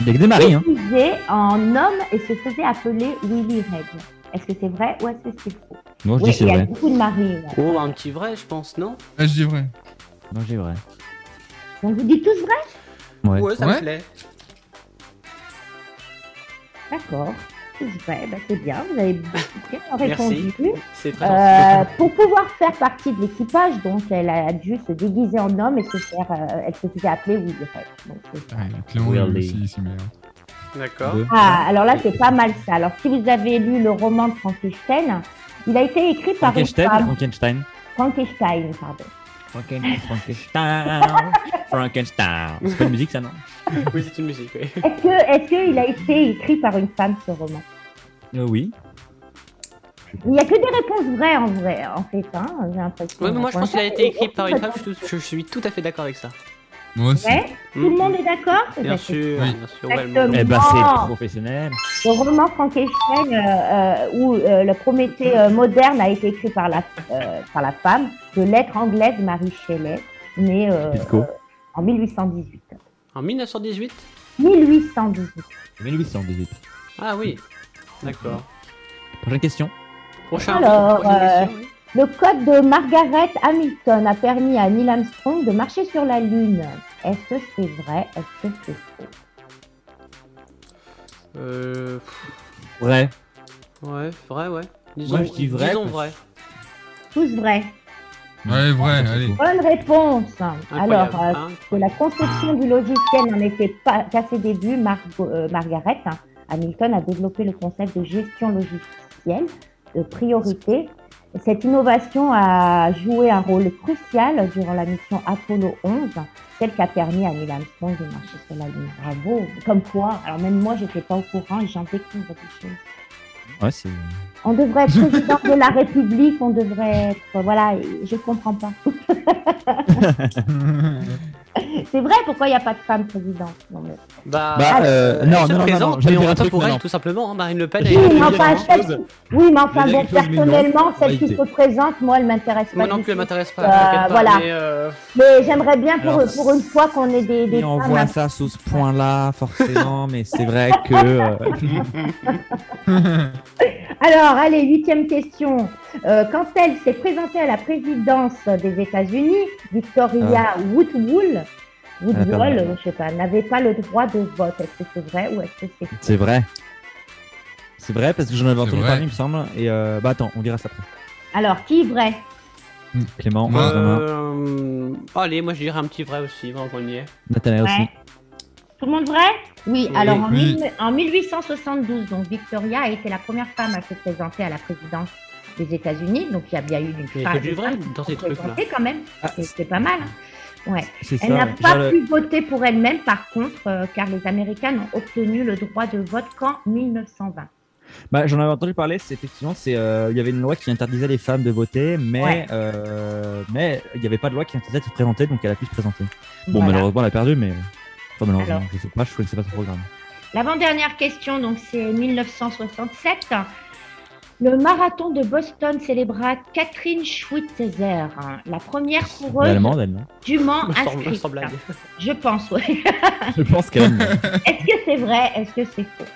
Speaker 3: Avec des maris, hein.
Speaker 5: déguisée en homme et se faisait appeler Willy Reid. Est-ce que c'est vrai ou est-ce que c'est faux
Speaker 3: Non, je
Speaker 5: Oui,
Speaker 3: dis c'est
Speaker 5: il y a
Speaker 3: vrai.
Speaker 5: beaucoup de maris. ouais.
Speaker 2: hein. Oh, un petit vrai, je pense, non
Speaker 7: Ah, je dis vrai.
Speaker 3: Non, j'ai vrai.
Speaker 5: Donc vous dites tous vrai
Speaker 3: Ouais.
Speaker 2: Ouais, ça me
Speaker 7: Ouais.
Speaker 2: plaît.
Speaker 5: D'accord. Tous vrai, bah, c'est bien, vous avez
Speaker 2: [LAUGHS]
Speaker 5: bien répondu.
Speaker 2: C'est très
Speaker 5: Euh,
Speaker 2: gentil.
Speaker 5: pour pouvoir faire partie de l'équipage, donc elle a dû se déguiser en homme et se faire, euh, elle se faisait appeler Willy Reid. Donc, c'est ça.
Speaker 7: Ah, Clément, il est
Speaker 3: Really.
Speaker 7: aussi ici, mais. hein.
Speaker 2: D'accord.
Speaker 3: Deux.
Speaker 5: Ah, alors là, c'est pas mal ça. Alors, si vous avez lu le roman de Frankenstein, il a été écrit par une
Speaker 3: Frankenstein,
Speaker 5: femme.
Speaker 3: Frankenstein.
Speaker 5: Frankenstein, pardon.
Speaker 3: Franken- Frankenstein. Frankenstein. C'est pas une musique, ça, non
Speaker 2: Oui, c'est une musique, oui.
Speaker 5: Est-ce que, est-ce qu'il a été écrit par une femme ce roman
Speaker 3: Euh, Oui.
Speaker 5: Il n'y a que des réponses vraies en vrai, en fait. Hein, j'ai l'impression.
Speaker 2: Ouais, mais moi je pense qu'il a été écrit par une femme,
Speaker 5: Et-
Speaker 2: je, suis tout- je suis tout à fait d'accord avec ça. Mm,
Speaker 7: Moi aussi.
Speaker 5: Ouais Tout le monde est d'accord Eh ben,
Speaker 2: Mm-hmm. Bien
Speaker 5: c'est
Speaker 2: sûr,
Speaker 7: Oui.
Speaker 2: bien sûr.
Speaker 5: Exactement.
Speaker 3: Eh ben, c'est professionnel.
Speaker 5: Le roman Frankenstein, euh, euh, où euh, le Prométhée euh, moderne a été écrit par la, euh, par la femme de lettre anglaise Marie Shelley, née euh,
Speaker 3: Pitko.
Speaker 5: euh, en 1818.
Speaker 2: En 1918
Speaker 5: 1818.
Speaker 3: 1818.
Speaker 2: Ah oui. D'accord.
Speaker 3: Prochaine question.
Speaker 2: Prochain.
Speaker 5: Alors,
Speaker 2: prochaine
Speaker 5: euh,
Speaker 2: question, oui.
Speaker 5: Le code de Margaret Hamilton a permis à Neil Armstrong de marcher sur la Lune. Est-ce que c'est vrai Est-ce que c'est faux
Speaker 2: Euh, pff,
Speaker 3: Vrai.
Speaker 2: ouais, vrai, ouais. Disons,
Speaker 3: Moi, je dis vrai,
Speaker 2: Disons
Speaker 3: parce-
Speaker 2: vrai.
Speaker 5: Tous vrai.
Speaker 7: Ouais, vrai, allez.
Speaker 5: Bonne réponse.
Speaker 2: Incroyable,
Speaker 5: Alors, euh,
Speaker 2: hein.
Speaker 5: que la conception du logiciel n'en était pas qu'à ses débuts, Margo- euh, Margaret hein, Hamilton a développé le concept de gestion logicielle de priorité. Cette innovation a joué un rôle crucial durant la mission Apollo 11, celle qui a permis à Neil Armstrong de marcher sur la Lune. Bravo Comme quoi, alors même moi, j'étais pas au courant et j'en découvre des choses.
Speaker 3: Ouais, c'est.
Speaker 5: On devrait être président de la République, on devrait être... Voilà, je comprends pas. C'est vrai, pourquoi il n'y a pas de femme présidente Non, mais-
Speaker 2: Bah,
Speaker 3: Bah, euh, non,
Speaker 2: elle se
Speaker 3: non, non,
Speaker 2: présente,
Speaker 3: non, je vais
Speaker 2: mais
Speaker 3: dire
Speaker 2: on
Speaker 3: un
Speaker 2: vote
Speaker 3: truc,
Speaker 2: pour
Speaker 3: mais
Speaker 2: elle,
Speaker 3: non.
Speaker 2: tout simplement. hein, Marine Le Pen,
Speaker 5: Oui,
Speaker 2: elle est
Speaker 5: mais
Speaker 2: candidate,
Speaker 5: enfin,
Speaker 2: hein.
Speaker 5: celle qui- oui, mais enfin, bon,
Speaker 3: Je vais dire quelque chose, mais non,
Speaker 5: personnellement,
Speaker 3: c'est
Speaker 5: celle qui
Speaker 3: vérité.
Speaker 5: se présente, moi, elle m'intéresse pas.
Speaker 2: Moi
Speaker 5: du
Speaker 2: non plus, elle
Speaker 5: tout.
Speaker 2: m'intéresse pas.
Speaker 5: Euh,
Speaker 2: t'inquiète pas,
Speaker 5: voilà.
Speaker 2: mais, euh,
Speaker 5: Mais j'aimerais bien pour,
Speaker 3: Alors,
Speaker 5: pour une fois qu'on ait des, des
Speaker 3: Et on
Speaker 5: femmes.
Speaker 3: voit ça sous ce point-là, forcément, mais c'est vrai que. euh, [LAUGHS]
Speaker 5: Alors, allez, huitième question. Euh, quand elle s'est présentée à la présidence des États-Unis, Victoria Woodwall, Woodwall,
Speaker 3: Ah. mal.
Speaker 5: je sais pas, n'avait pas le droit de vote. Est-ce que c'est vrai ou est-ce que c'est faux
Speaker 3: c'est vrai. C'est vrai parce que j'en avais
Speaker 7: C'est
Speaker 3: entendu
Speaker 7: vrai.
Speaker 3: parler, il me semble. Et euh, bah attends, on verra ça après.
Speaker 5: Alors, qui est vrai
Speaker 3: Clément,
Speaker 7: Ouais.
Speaker 3: Benjamin,
Speaker 2: euh, Allez, moi je dirais un petit vrai aussi, avant qu'on y est.
Speaker 3: Nathanaël
Speaker 5: Ouais. Tout le monde vrai Oui,
Speaker 2: Oui.
Speaker 5: alors en,
Speaker 7: Oui.
Speaker 5: mille- en 1872, donc Victoria a été la première femme à se présenter à la présidence des États-Unis, donc il y a bien eu une
Speaker 2: Il y a
Speaker 5: femme
Speaker 2: que du vrai dans ces
Speaker 5: qui s'est
Speaker 2: trucs-là.
Speaker 5: présentée quand même,
Speaker 3: Ah,
Speaker 5: c'est c'est pas mal. hein. Ouais.
Speaker 3: aussi. C'est
Speaker 5: Elle
Speaker 3: ça,
Speaker 5: n'a
Speaker 3: ouais.
Speaker 5: pas
Speaker 3: Genre,
Speaker 5: pu voter pour elle-même par contre, euh, car les Américaines ont obtenu le droit de vote qu'en 1920.
Speaker 3: Bah, j'en avais entendu parler, c'est effectivement, c'est, euh, il y avait une loi qui interdisait les femmes de voter, mais,
Speaker 5: Ouais.
Speaker 3: euh, mais il n'y avait pas de loi qui interdisait de se présenter, donc elle a pu se présenter. Bon,
Speaker 5: Voilà.
Speaker 3: malheureusement, elle a perdu, mais. Enfin, malheureusement,
Speaker 5: Alors.
Speaker 3: je sais pas, je connaissais pas son programme.
Speaker 5: L'avant-dernière question, donc c'est 1967. Le marathon de Boston célébra Catherine Schweitzer, hein, la première
Speaker 3: Elle est
Speaker 5: coureuse
Speaker 3: allemande, elle, non
Speaker 5: dûment
Speaker 2: Sans,
Speaker 5: inscrite.
Speaker 2: sans blague.
Speaker 5: Je pense, oui.
Speaker 3: Je pense qu'elle aime.
Speaker 5: [LAUGHS] Est-ce que c'est vrai Est-ce que c'est faux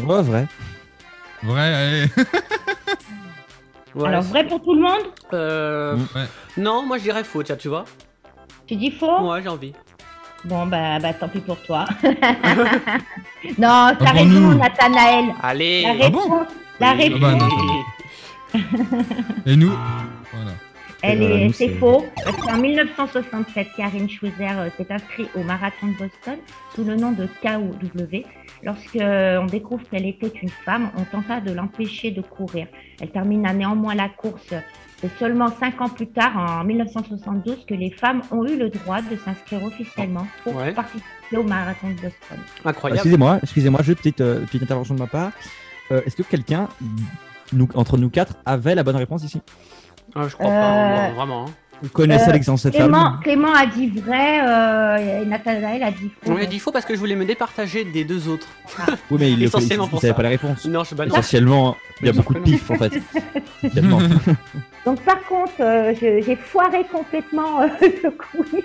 Speaker 3: Ouais, vrai.
Speaker 7: Vrai, allez. [LAUGHS]
Speaker 2: Ouais.
Speaker 5: ah. Alors, vrai pour tout le monde
Speaker 2: Euh,
Speaker 7: Ouais.
Speaker 2: Non, moi je dirais faux, tiens, tu vois.
Speaker 5: Tu dis faux
Speaker 2: Moi j'ai envie.
Speaker 5: Bon, bah, bah, tant pis pour
Speaker 7: [LAUGHS]
Speaker 5: toi. non, t'as
Speaker 7: Ah, pour
Speaker 5: raison,
Speaker 7: nous.
Speaker 5: Nathanaël.
Speaker 2: Allez
Speaker 5: La
Speaker 7: Ah bon
Speaker 5: réponse, la
Speaker 2: Oui.
Speaker 5: réponse,
Speaker 7: Ah bah, non. Et nous Voilà.
Speaker 5: elle
Speaker 3: Euh,
Speaker 5: est,
Speaker 3: nous,
Speaker 5: c'est
Speaker 3: c'est-
Speaker 5: faux. Parce qu'en 1967, Karine Schweizer euh, s'est inscrite au marathon de Boston sous le nom de KOW. Lorsque euh, on découvre qu'elle était une femme, on tenta de l'empêcher de courir. Elle termina néanmoins la course. C'est seulement cinq ans plus tard, en 1972, que les femmes ont eu le droit de s'inscrire officiellement pour
Speaker 2: Ouais.
Speaker 5: participer au marathon de Boston.
Speaker 2: Incroyable.
Speaker 3: Ah, Excusez-moi, excusez-moi, j'ai une petite, euh, petite intervention de ma part. Euh, Est-ce que quelqu'un, nous, entre nous quatre, avait la bonne réponse ici
Speaker 2: Ah, je crois
Speaker 5: Euh,
Speaker 2: pas, non, vraiment. hein.
Speaker 3: Vous connaissez
Speaker 5: Euh,
Speaker 3: l'existence de cette
Speaker 5: Clément,
Speaker 3: femme
Speaker 5: Clément a dit vrai euh, et Nathanaël a dit faux.
Speaker 2: On lui a dit faux parce que je voulais me départager des deux autres.
Speaker 3: Oui, mais il ne
Speaker 2: essentiellement pour
Speaker 3: savait
Speaker 2: ça.
Speaker 3: pas la réponse.
Speaker 2: Non, je bah non.
Speaker 3: Essentiellement, il y a
Speaker 2: Mais non,
Speaker 3: beaucoup de
Speaker 2: mais non.
Speaker 3: pif
Speaker 2: [LAUGHS]
Speaker 3: en fait. Essentiellement.
Speaker 5: Donc par contre, euh, je- j'ai foiré complètement euh, [LAUGHS] le quiz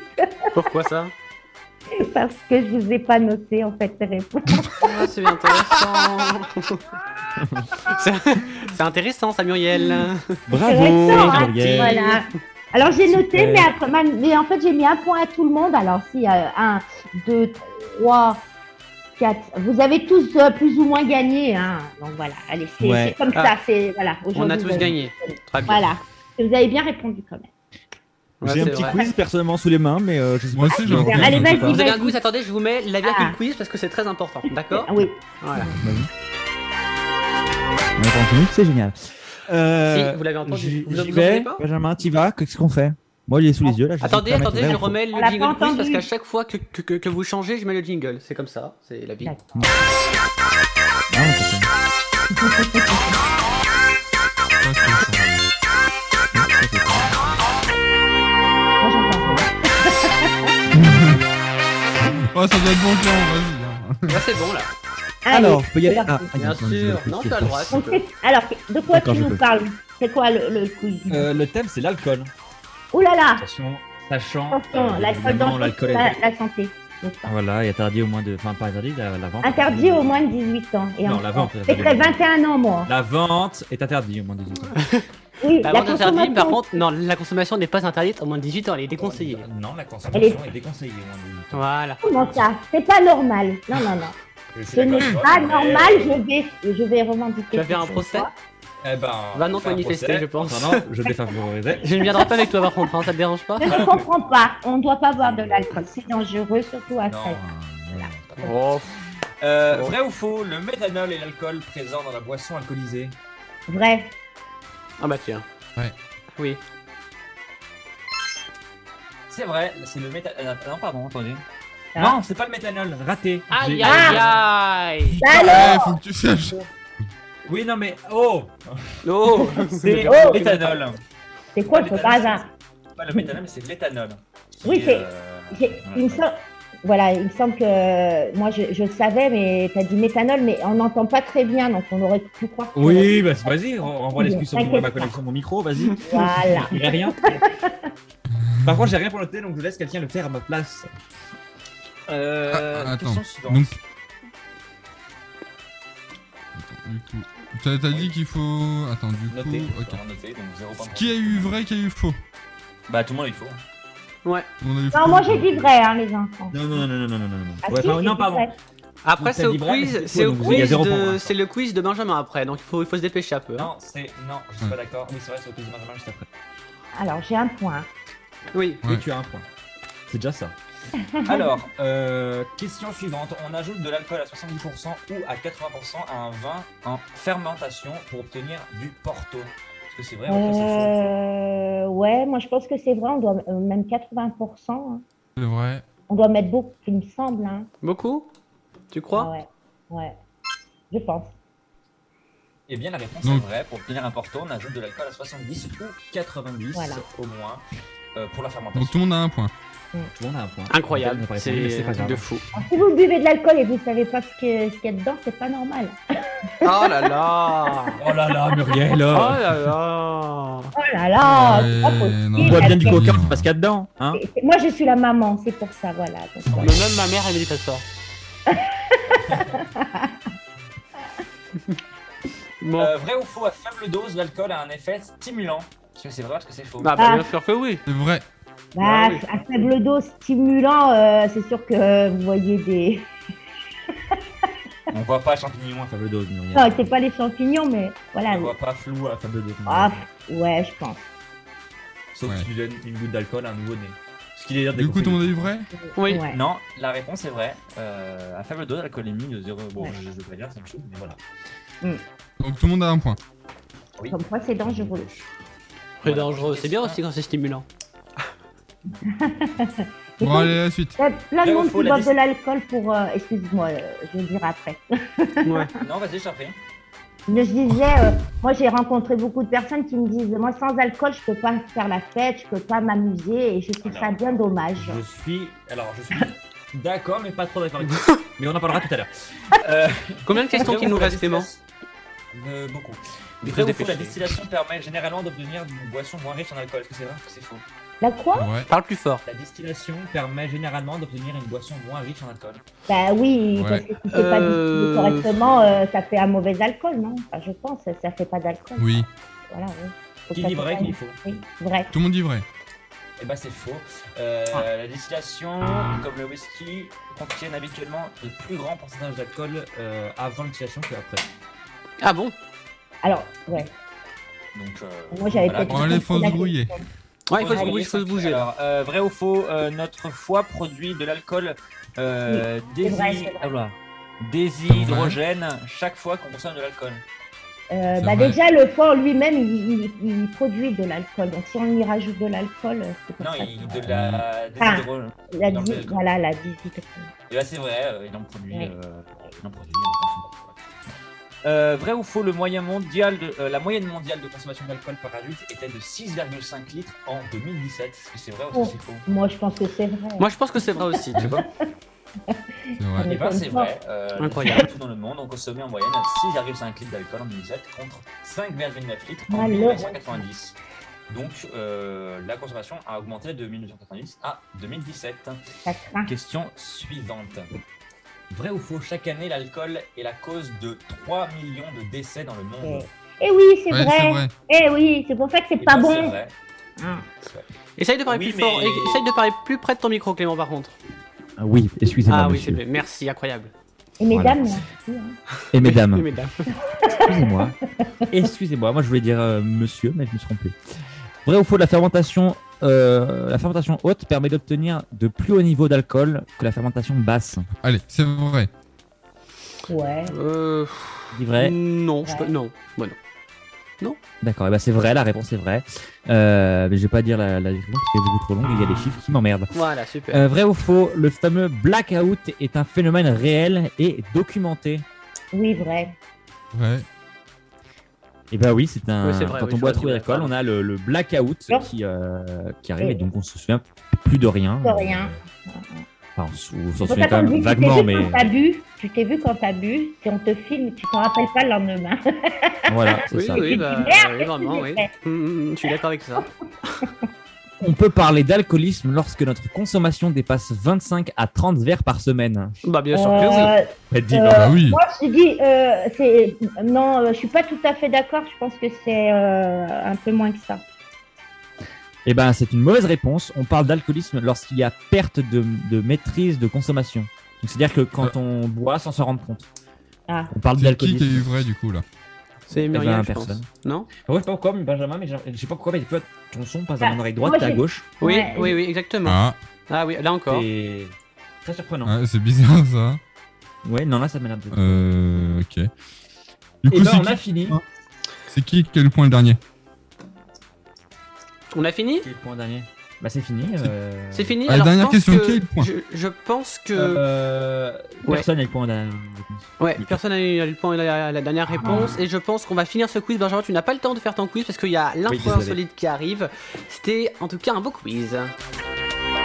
Speaker 2: Pourquoi ça
Speaker 5: parce que je vous ai pas noté en fait les réponses.
Speaker 2: Ah, C'est intéressant. [LAUGHS] C'est- C'est intéressant, ça, Muriel.
Speaker 3: Bravo,
Speaker 5: Intéressant, hein,
Speaker 3: Muriel.
Speaker 5: Voilà. Alors j'ai noté,
Speaker 3: Ah, Super.
Speaker 5: mais, après, ma- mais en fait j'ai mis un point à tout le monde. Alors si euh, 1, 2, 3, 4, vous avez tous euh, plus ou moins gagné. Hein. Donc voilà, allez, c'est
Speaker 3: Ouais.
Speaker 5: c'est comme
Speaker 2: Ah.
Speaker 5: ça. C'est voilà.
Speaker 2: On a
Speaker 5: aujourd'hui,
Speaker 2: tous
Speaker 5: vous-
Speaker 2: gagné. Très bien.
Speaker 5: Voilà. Et Vous avez bien répondu quand même.
Speaker 2: Ouais,
Speaker 3: J'ai un
Speaker 2: c'est
Speaker 3: petit
Speaker 2: vrai.
Speaker 3: quiz personnellement sous les mains, mais euh, je sais
Speaker 7: Moi
Speaker 3: pas
Speaker 7: aussi,
Speaker 3: si
Speaker 7: j'ai un
Speaker 3: vous-
Speaker 7: quiz.
Speaker 5: Allez, vas-y,
Speaker 2: Vous
Speaker 5: vas-y.
Speaker 2: avez un quiz, attendez, je vous mets la virgule
Speaker 5: Ah.
Speaker 2: quiz parce que c'est très important, d'accord
Speaker 5: Ah Oui.
Speaker 2: Voilà.
Speaker 3: On a pas entendu, C'est génial. Euh,
Speaker 2: Si, vous l'avez entendu.
Speaker 3: j'y-
Speaker 2: Vous
Speaker 3: j'y
Speaker 2: vous
Speaker 3: vais.
Speaker 2: entendez pas
Speaker 3: Benjamin, t'y vas Qu'est-ce qu'on fait Moi, il est sous les yeux là. je sais
Speaker 2: Attendez,
Speaker 3: pas mettre
Speaker 2: attendez,
Speaker 3: vers
Speaker 2: je
Speaker 3: ou pas.
Speaker 2: remets le
Speaker 5: On l'a
Speaker 2: jingle
Speaker 5: pas
Speaker 2: quiz parce
Speaker 5: entendu.
Speaker 2: qu'à chaque fois que, que, que- que vous changez, je mets le jingle. C'est comme ça, c'est la vie.
Speaker 3: Ah, non, c'est ça.
Speaker 5: Moi, j'entends
Speaker 7: Pas trop ça.
Speaker 5: rien.
Speaker 7: Oh, ça doit être bon, Clément, vas-y. hein.
Speaker 2: Là, c'est bon, là.
Speaker 11: Alors, je peux y aller
Speaker 5: regarde.
Speaker 11: Ah, ah,
Speaker 2: Bien
Speaker 11: attends, je-
Speaker 2: sûr.
Speaker 11: je-
Speaker 2: Non,
Speaker 11: je-
Speaker 2: t'as le droit. tu
Speaker 5: On
Speaker 2: peux.
Speaker 5: sait- Alors, de quoi
Speaker 11: D'accord,
Speaker 5: tu
Speaker 11: je
Speaker 5: nous
Speaker 11: peux.
Speaker 5: parles C'est quoi le, le quiz du-
Speaker 3: Euh, le thème, c'est l'alcool.
Speaker 5: Ouh là là
Speaker 3: Attention, sachant.
Speaker 5: Attention,
Speaker 3: euh,
Speaker 5: l'alcool
Speaker 3: évidemment,
Speaker 5: dans
Speaker 3: l'alcool est-
Speaker 5: la, la santé. n'est-ce pas
Speaker 12: Voilà, et interdit au moins de. Enfin, pas interdit, la, la vente.
Speaker 5: Interdit au moins de 18 ans. Et
Speaker 12: Non,
Speaker 5: en-
Speaker 12: la vente, la
Speaker 5: C'est
Speaker 12: vente.
Speaker 5: près de 21 ans, moi.
Speaker 12: La vente est interdite au moins de 18 ans.
Speaker 5: Oui,
Speaker 2: La
Speaker 5: la
Speaker 2: vente interdite, Bah, par
Speaker 5: consommation-
Speaker 2: contre, non, la consommation n'est pas interdite au moins de 18 ans, elle est déconseillée.
Speaker 5: Oh,
Speaker 3: Euh, Non, la
Speaker 5: Elle
Speaker 3: consommation est déconseillée. au moins de 18 ans.
Speaker 2: Voilà.
Speaker 5: Comment ça C'est pas normal. Non, non, non.
Speaker 3: Je suis
Speaker 5: Ce n'est
Speaker 3: d'accord avec toi,
Speaker 5: pas
Speaker 3: mais,
Speaker 5: normal,
Speaker 3: euh,
Speaker 5: je vais, je vais revendiquer.
Speaker 2: Tu vas faire un
Speaker 5: ce
Speaker 2: procès
Speaker 5: choix.
Speaker 3: Eh ben,
Speaker 2: Va non
Speaker 3: on fait un
Speaker 2: manifester,
Speaker 3: procès.
Speaker 2: je pense.
Speaker 12: Non, non, je
Speaker 5: [LAUGHS]
Speaker 12: défavorisais.
Speaker 2: Je ne viendrai pas avec toi, par contre, hein, ça te dérange pas
Speaker 5: Je ne comprends pas. On ne doit pas boire de l'alcool. C'est dangereux, surtout à
Speaker 3: Non.
Speaker 5: ça.
Speaker 2: Oh,
Speaker 3: Euh, Vrai ou faux, le méthanol et l'alcool présents dans la boisson alcoolisée
Speaker 5: Vrai.
Speaker 2: Ah bah tiens.
Speaker 7: Ouais.
Speaker 2: Oui.
Speaker 3: C'est vrai, c'est le méthanol. non, pardon, attendez.
Speaker 5: Ah.
Speaker 3: Non, c'est pas le méthanol, raté.
Speaker 2: Aïe
Speaker 3: J'ai-
Speaker 2: aïe aïe
Speaker 5: Bah alors
Speaker 7: Eh, faut que tu saches.
Speaker 3: Oui, non, mais oh
Speaker 2: Oh
Speaker 3: C'est
Speaker 5: Oh.
Speaker 3: le méthanol.
Speaker 5: C'est quoi ce bazar
Speaker 3: Pas le méthanol, mais c'est l'éthanol.
Speaker 5: Oui,
Speaker 3: Qui est,
Speaker 5: c'est-
Speaker 3: euh,
Speaker 5: J'ai- Il me semble... Voilà, il me semble que moi je, je savais, mais tu as dit méthanol, mais on n'entend pas très bien, donc on aurait pu croire. que-
Speaker 12: Oui, bah vas-y, ren- renvoie l'excuse sur mon-
Speaker 5: T'inquiète
Speaker 12: ma
Speaker 5: pas.
Speaker 12: connexion, mon micro, vas-y.
Speaker 5: Voilà.
Speaker 12: J'ai rien. Par contre, j'ai rien pour noter, donc je laisse quelqu'un le faire à ma place.
Speaker 3: Euh,
Speaker 7: Ah, attends.
Speaker 3: question suivante.
Speaker 7: Donc. Attends, du coup. T'as t'as dit qu'il faut. Attends, du
Speaker 3: Noté,
Speaker 7: coup. Ok.
Speaker 3: on va noter, donc zéro point pour
Speaker 7: Qui a eu vrai, qui a eu faux
Speaker 3: Bah, tout le monde a eu faux.
Speaker 7: On a eu faux.
Speaker 5: Non, moi j'ai dit vrai, hein, les enfants.
Speaker 12: Non, non, non, non, non, non, non.
Speaker 5: Ah,
Speaker 12: Ouais,
Speaker 5: si,
Speaker 12: enfin,
Speaker 5: j'ai
Speaker 12: non,
Speaker 5: dit
Speaker 12: pardon.
Speaker 5: vrai.
Speaker 2: Après, c'est
Speaker 12: T'as
Speaker 2: au
Speaker 12: dit vrai, mais
Speaker 2: quiz,
Speaker 12: c'est
Speaker 2: c'est
Speaker 12: faux,
Speaker 2: au
Speaker 12: donc il y a
Speaker 2: quiz
Speaker 12: zéro point,
Speaker 2: de,
Speaker 12: hein.
Speaker 2: c'est le quiz de Benjamin après, donc il faut, il faut se dépêcher un peu. hein.
Speaker 3: Non, c'est. Non, je suis pas d'accord. Oui, c'est vrai, c'est au quiz de Benjamin juste après.
Speaker 5: Alors j'ai un point.
Speaker 2: Oui.
Speaker 7: Ouais.
Speaker 12: Et tu as un point. C'est déjà ça.
Speaker 3: Alors, euh, question suivante. On ajoute de l'alcool à 70% ou à 80% à un vin en fermentation pour obtenir du porto. Est-ce que c'est vrai
Speaker 2: Ah,
Speaker 3: ou est-ce que c'est faux
Speaker 5: Euh, ouais, moi je pense que c'est vrai, on doit euh, même 80%. hein.
Speaker 7: C'est vrai.
Speaker 5: On doit mettre beaucoup, il me semble. Hein.
Speaker 2: Beaucoup Tu crois
Speaker 5: ouais, ouais, je pense.
Speaker 3: Eh bien, la réponse
Speaker 7: Donc-
Speaker 3: est vraie. Pour obtenir un porto, on ajoute de l'alcool à 70 ou 90
Speaker 5: Voilà.
Speaker 3: au moins euh, pour la fermentation.
Speaker 7: Donc tout le monde a un point.
Speaker 12: Tout le monde a un point.
Speaker 2: Incroyable,
Speaker 12: Personne n'a pas répondu, mais
Speaker 2: c'est
Speaker 12: pas
Speaker 2: un truc
Speaker 12: grave.
Speaker 2: de fou.
Speaker 5: Alors, si vous buvez de l'alcool et vous ne savez pas ce que- ce qu'il y a dedans, c'est pas normal.
Speaker 2: Oh là là
Speaker 12: Oh là là, Muriel
Speaker 2: Oh
Speaker 12: oh.
Speaker 2: là là
Speaker 5: Oh là là, c'est pas
Speaker 7: Ouais,
Speaker 5: possible.
Speaker 7: non,
Speaker 12: On boit bien du
Speaker 5: C'est-
Speaker 12: coca, on sait pas ce qu'il y a dedans, hein
Speaker 5: c'est- c'est- Moi je suis la maman, c'est pour ça, voilà. donc,
Speaker 2: Mais
Speaker 5: voilà.
Speaker 2: même ma mère, elle me dit pas ça. Bon.
Speaker 3: Euh, vrai ou faux, à faible dose, l'alcool a un effet stimulant. Est-ce que c'est vrai ou est-ce que c'est faux
Speaker 2: Bah, bah, bien sûr que oui.
Speaker 7: C'est vrai.
Speaker 5: Bah,
Speaker 2: Ah oui.
Speaker 5: À faible dose stimulant, euh, c'est sûr que vous voyez des. [LAUGHS]
Speaker 3: On voit pas champignon à faible
Speaker 12: Faible dose, Muriel.
Speaker 5: Non, c'est pas les champignons, mais voilà.
Speaker 3: On voit pas flou à faible
Speaker 12: Faible dose.
Speaker 5: Ah,
Speaker 12: Muriel.
Speaker 5: ouais, je pense.
Speaker 12: Sauf
Speaker 7: Ouais.
Speaker 12: si tu donnes une goutte d'alcool à un nouveau-né. Ce qui est
Speaker 3: Ah,
Speaker 12: d'ailleurs
Speaker 7: Du coup, tout le
Speaker 12: déconseillé.
Speaker 7: monde a eu vrai
Speaker 2: Oui.
Speaker 5: Ouais.
Speaker 3: Non, la réponse est vraie. Euh, à faible dose, l'alcoolémie de 0. Bon, je, je veux pas dire, c'est une chose, mais voilà.
Speaker 7: Donc tout le monde a un point.
Speaker 5: Comme quoi, c'est dangereux.
Speaker 2: C'est dangereux, c'est bien aussi quand c'est stimulant.
Speaker 7: Bon, allez, à la suite.
Speaker 5: Il y a plein de
Speaker 3: Là où
Speaker 5: monde
Speaker 3: faut
Speaker 5: qui
Speaker 3: la
Speaker 5: boivent de
Speaker 3: dis-
Speaker 5: l'alcool pour. euh, Excuse-moi, euh, je vais dire après.
Speaker 2: Ouais.
Speaker 3: Non, vas-y, je t'en prie.
Speaker 5: Je disais, euh, moi j'ai rencontré beaucoup de personnes qui me disent Moi, sans alcool, je peux pas faire la fête, je peux pas m'amuser, et je trouve ça bien dommage.
Speaker 12: Je suis. Alors, je suis.
Speaker 5: [LAUGHS]
Speaker 12: D'accord, mais pas trop d'accord avec vous. Mais on en parlera tout à l'heure.
Speaker 3: Euh,
Speaker 2: Combien de questions
Speaker 3: vrai
Speaker 2: qu'il
Speaker 3: ou
Speaker 2: nous
Speaker 3: faux, la
Speaker 2: reste, Clément
Speaker 3: distillation- Euh, Beaucoup.
Speaker 2: Il faut
Speaker 3: Vrai
Speaker 2: se
Speaker 3: ou faux, la
Speaker 2: dépêcher.
Speaker 3: distillation permet généralement d'obtenir une boisson moins riche en alcool. Est-ce que c'est vrai ou est-ce que c'est faux
Speaker 5: La quoi
Speaker 7: Ouais.
Speaker 2: Parle plus fort.
Speaker 3: La distillation permet généralement d'obtenir une boisson moins riche en alcool.
Speaker 5: Bah oui, parce que si c'est pas distillé
Speaker 2: Euh,
Speaker 5: correctement, euh, ça fait un mauvais alcool, non Enfin, Je pense, ça fait pas d'alcool.
Speaker 7: Oui.
Speaker 5: Voilà, oui. Faut
Speaker 3: Qui
Speaker 5: que
Speaker 3: dit
Speaker 5: ça
Speaker 3: vrai,
Speaker 5: soit
Speaker 3: qui dit faux
Speaker 5: Oui, vrai.
Speaker 7: Tout le monde dit vrai.
Speaker 3: Eh ben, c'est faux. Euh,
Speaker 5: Ah.
Speaker 3: La distillation,
Speaker 2: Ah.
Speaker 3: comme le whisky, contiennent habituellement de plus grands pourcentages d'alcool euh, avant l'utilisation qu'après.
Speaker 2: Ah bon
Speaker 5: Alors, ouais.
Speaker 3: Donc, euh,
Speaker 5: Moi, j'avais
Speaker 3: voilà.
Speaker 5: peut-être.
Speaker 7: Bon, allez, faut se
Speaker 5: la
Speaker 7: grouiller.
Speaker 5: question.
Speaker 2: Ouais, il faut se
Speaker 3: Allez,
Speaker 2: bouger, il faut se bouger.
Speaker 3: Alors, euh, vrai ou faux, euh, notre foie produit de l'alcool euh,
Speaker 5: c'est
Speaker 3: dési-
Speaker 5: vrai, c'est vrai.
Speaker 3: ah, voilà. déshydrogène chaque fois qu'on consomme de l'alcool.
Speaker 5: Euh,
Speaker 7: C'est
Speaker 5: bah
Speaker 7: vrai.
Speaker 5: déjà, le foie en lui-même, il, il- il produit de l'alcool. Donc, si on y rajoute de l'alcool, euh, c'est pour
Speaker 3: Non,
Speaker 5: ça
Speaker 3: il
Speaker 5: que-
Speaker 3: de
Speaker 2: Ah.
Speaker 3: la déshydrogène.
Speaker 5: la
Speaker 3: dans le-
Speaker 5: dix- Voilà, la visite.
Speaker 3: Et là, c'est vrai, euh, il en produit.
Speaker 5: Ouais.
Speaker 3: euh, il en produit, euh, euh, vrai ou faux, le moyen mondial de, euh, la moyenne mondiale de consommation d'alcool par adulte était de 6,5 litres en 2017. Est-ce que c'est vrai ou est-ce que c'est faux
Speaker 5: Moi, je pense que c'est vrai.
Speaker 2: Moi, je pense que c'est vrai aussi, tu vois.
Speaker 7: vrai.
Speaker 4: Eh ben, c'est vrai. Euh,
Speaker 2: Incroyable.
Speaker 4: Partout dans le monde, on consommait en moyenne 6,5 litres d'alcool en 2007 contre 5,9 litres en
Speaker 5: Malheureux.
Speaker 4: 1990. Donc, euh, la consommation a augmenté de 1990 à 2017. Question suivante. Vrai ou faux, chaque année, l'alcool est la cause de 3 millions de décès dans le monde.
Speaker 5: Eh oui, c'est
Speaker 4: Ouais, c'est vrai.
Speaker 5: vrai. Eh oui, c'est pour ça que c'est
Speaker 4: Eh
Speaker 5: pas
Speaker 4: ben,
Speaker 5: bon.
Speaker 4: c'est vrai.
Speaker 2: Essaye de parler
Speaker 4: Oui,
Speaker 2: plus fort,
Speaker 4: mais-
Speaker 2: et- essaye de parler plus près de ton micro, Clément, par contre.
Speaker 3: Ah oui, excusez-moi.
Speaker 2: Ah oui,
Speaker 3: monsieur.
Speaker 2: c'est merci, incroyable.
Speaker 5: Et mesdames, merci, hein.
Speaker 3: Et mesdames.
Speaker 2: [LAUGHS] Et mesdames.
Speaker 3: Excusez-moi. Excusez-moi, moi je voulais dire euh, monsieur, mais je me suis trompé. Vrai ou faux, la fermentation, euh, la fermentation haute permet d'obtenir de plus hauts niveaux d'alcool que la fermentation basse.
Speaker 7: Allez, c'est vrai.
Speaker 5: Ouais.
Speaker 2: Euh...
Speaker 3: Dis vrai.
Speaker 2: Non, je peux... non. Bon, non.
Speaker 3: D'accord, eh ben, c'est vrai, la réponse est vraie. Euh, mais je vais pas dire la, la réponse parce qu'elle est beaucoup trop longue et il y a des chiffres qui m'emmerdent.
Speaker 2: Voilà, super.
Speaker 3: Euh, vrai ou faux, le fameux blackout est un phénomène réel et documenté.
Speaker 5: Oui, vrai.
Speaker 7: Ouais.
Speaker 3: Et bah oui, c'est un.
Speaker 2: Oui, c'est vrai,
Speaker 3: Quand
Speaker 2: oui,
Speaker 3: on
Speaker 2: je
Speaker 3: boit
Speaker 2: vois,
Speaker 3: trop
Speaker 2: c'est
Speaker 3: d'alcool,
Speaker 2: vrai.
Speaker 3: on a le, le blackout
Speaker 5: Non.
Speaker 3: qui, euh, qui arrive
Speaker 5: Oui.
Speaker 3: et donc on se souvient plus de rien.
Speaker 5: De rien.
Speaker 3: Enfin, on s- on
Speaker 5: C'est
Speaker 3: s'en
Speaker 5: pour
Speaker 3: souvient
Speaker 5: ça
Speaker 3: quand
Speaker 5: qu'on
Speaker 3: même
Speaker 5: dit, tu t'es
Speaker 3: vaguement,
Speaker 5: vu
Speaker 3: mais
Speaker 5: quand t'as bu, tu t'es vu quand t'as bu, si on te filme, tu t'en rappelles pas le lendemain. [LAUGHS]
Speaker 3: voilà, c'est
Speaker 2: Oui,
Speaker 3: ça.
Speaker 2: oui, bah,
Speaker 5: Merde,
Speaker 2: oui,
Speaker 5: qu'est-ce que
Speaker 2: vraiment,
Speaker 5: Euh,
Speaker 2: oui.
Speaker 5: j'ai
Speaker 2: Mm, mm, mm, je suis d'accord avec ça.
Speaker 3: On peut parler d'alcoolisme lorsque notre consommation dépasse 25 à 30 verres par semaine.
Speaker 2: Bah, bien sûr
Speaker 5: Euh,
Speaker 2: que oui.
Speaker 3: Faites dire,
Speaker 5: euh,
Speaker 3: ah bah oui.
Speaker 5: Moi, je dis, euh, c'est- non, euh, je suis pas tout à fait d'accord. Je pense que c'est euh, un peu moins que ça.
Speaker 3: Eh ben, c'est une mauvaise réponse. On parle d'alcoolisme lorsqu'il y a perte de, de maîtrise de consommation. Donc, C'est-à-dire que quand on boit sans s'en rendre compte.
Speaker 5: Ah.
Speaker 3: On parle
Speaker 7: Euh. C'est qui qui a
Speaker 3: d'alcoolisme.
Speaker 7: eu vrai du coup là
Speaker 2: C'est
Speaker 3: Eh ben,
Speaker 2: Muriel, je
Speaker 3: personne.
Speaker 2: pense. Non
Speaker 13: Ouais, je sais pas pourquoi, mais Benjamin, mais j'ai- je sais pas pourquoi, mais tu vois, ton son passe
Speaker 5: Bah,
Speaker 13: dans mon oreille
Speaker 5: moi,
Speaker 13: droite, à
Speaker 5: j'ai-
Speaker 13: gauche.
Speaker 2: Oui,
Speaker 5: Ouais.
Speaker 2: oui, oui, exactement.
Speaker 3: Hein.
Speaker 2: Ah,
Speaker 7: Ah,
Speaker 2: oui, là encore.
Speaker 13: C'est très surprenant.
Speaker 7: ah, c'est bizarre ça.
Speaker 3: Ouais, non, là, ça Eh m'a l'air de.
Speaker 7: Euh, ok. Du
Speaker 13: Et
Speaker 7: coup,
Speaker 13: ben,
Speaker 7: c'est
Speaker 13: on a
Speaker 7: qui,
Speaker 13: fini.
Speaker 7: c'est qui qui a le point le dernier
Speaker 2: On a fini
Speaker 13: Qui est le point dernier
Speaker 3: Bah, c'est fini. euh,
Speaker 2: C'est fini
Speaker 7: Ah,
Speaker 2: Alors,
Speaker 7: dernière
Speaker 2: je pense
Speaker 7: question,
Speaker 2: que-
Speaker 7: qui a eu le point
Speaker 2: je, je pense que...
Speaker 13: Euh,
Speaker 2: ouais.
Speaker 3: Personne n'a le point d'un- réponse.
Speaker 2: Ouais, personne n'a eu le point de la, la dernière réponse. Et je pense qu'on va finir ce quiz. Benjamin, tu n'as pas le temps de faire ton quiz parce qu'il y a
Speaker 3: Ah. Oui,
Speaker 2: l'info
Speaker 3: désolé.
Speaker 2: insolite qui arrive. C'était en tout cas un beau quiz.
Speaker 14: [LAUGHS]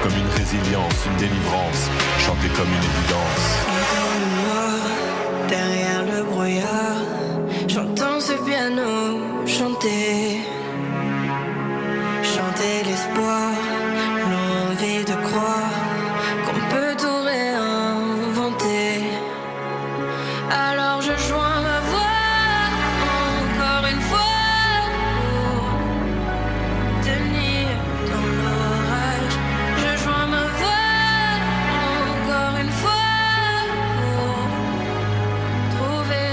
Speaker 15: comme une résilience, une délivrance. Chanter comme une évidence.
Speaker 16: Dans le noir, derrière le brouillard, j'entends ce piano chanter. Chanter l'espoir, l'envie de croire qu'on peut tout réinventer. Alors je joins ma voix encore une fois pour tenir dans l'orage. Je joins ma voix encore une fois pour trouver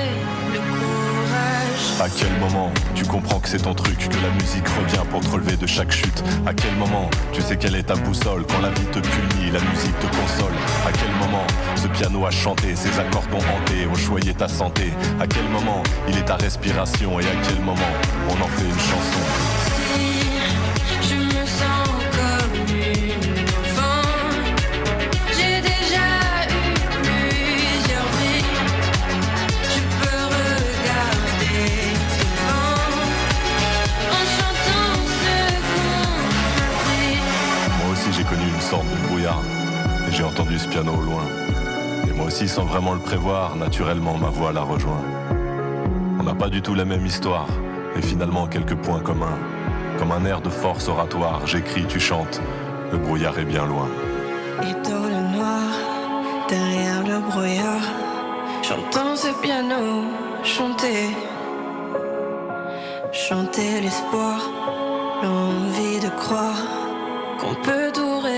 Speaker 16: le courage.
Speaker 15: À quel moment tu comprends que c'est ton truc, que la musique revient pour te relever de chaque chute À quel moment tu sais quelle est ta boussole Quand la vie te punit, la musique te console À quel moment ce piano a chanté, ses accords t'ont hanté, ont choyé ta santé À quel moment il est ta respiration et à quel moment on en fait une chanson
Speaker 16: Je me sens comme une enfant. J'ai déjà eu plusieurs vies. Je peux regarder devant en chantant ce qu'on
Speaker 15: Moi aussi j'ai connu une sorte de brouillard et j'ai entendu ce piano au loin. Et moi aussi sans vraiment le prévoir, naturellement ma voix l'a rejoint. On n'a pas du tout la même histoire et finalement quelques points communs. Comme un air de force oratoire, j'écris, tu chantes, le brouillard est bien loin.
Speaker 16: Et dans le noir, derrière le brouillard, j'entends ce piano chanter. Chanter l'espoir, l'envie de croire qu'on peut tout réinventer.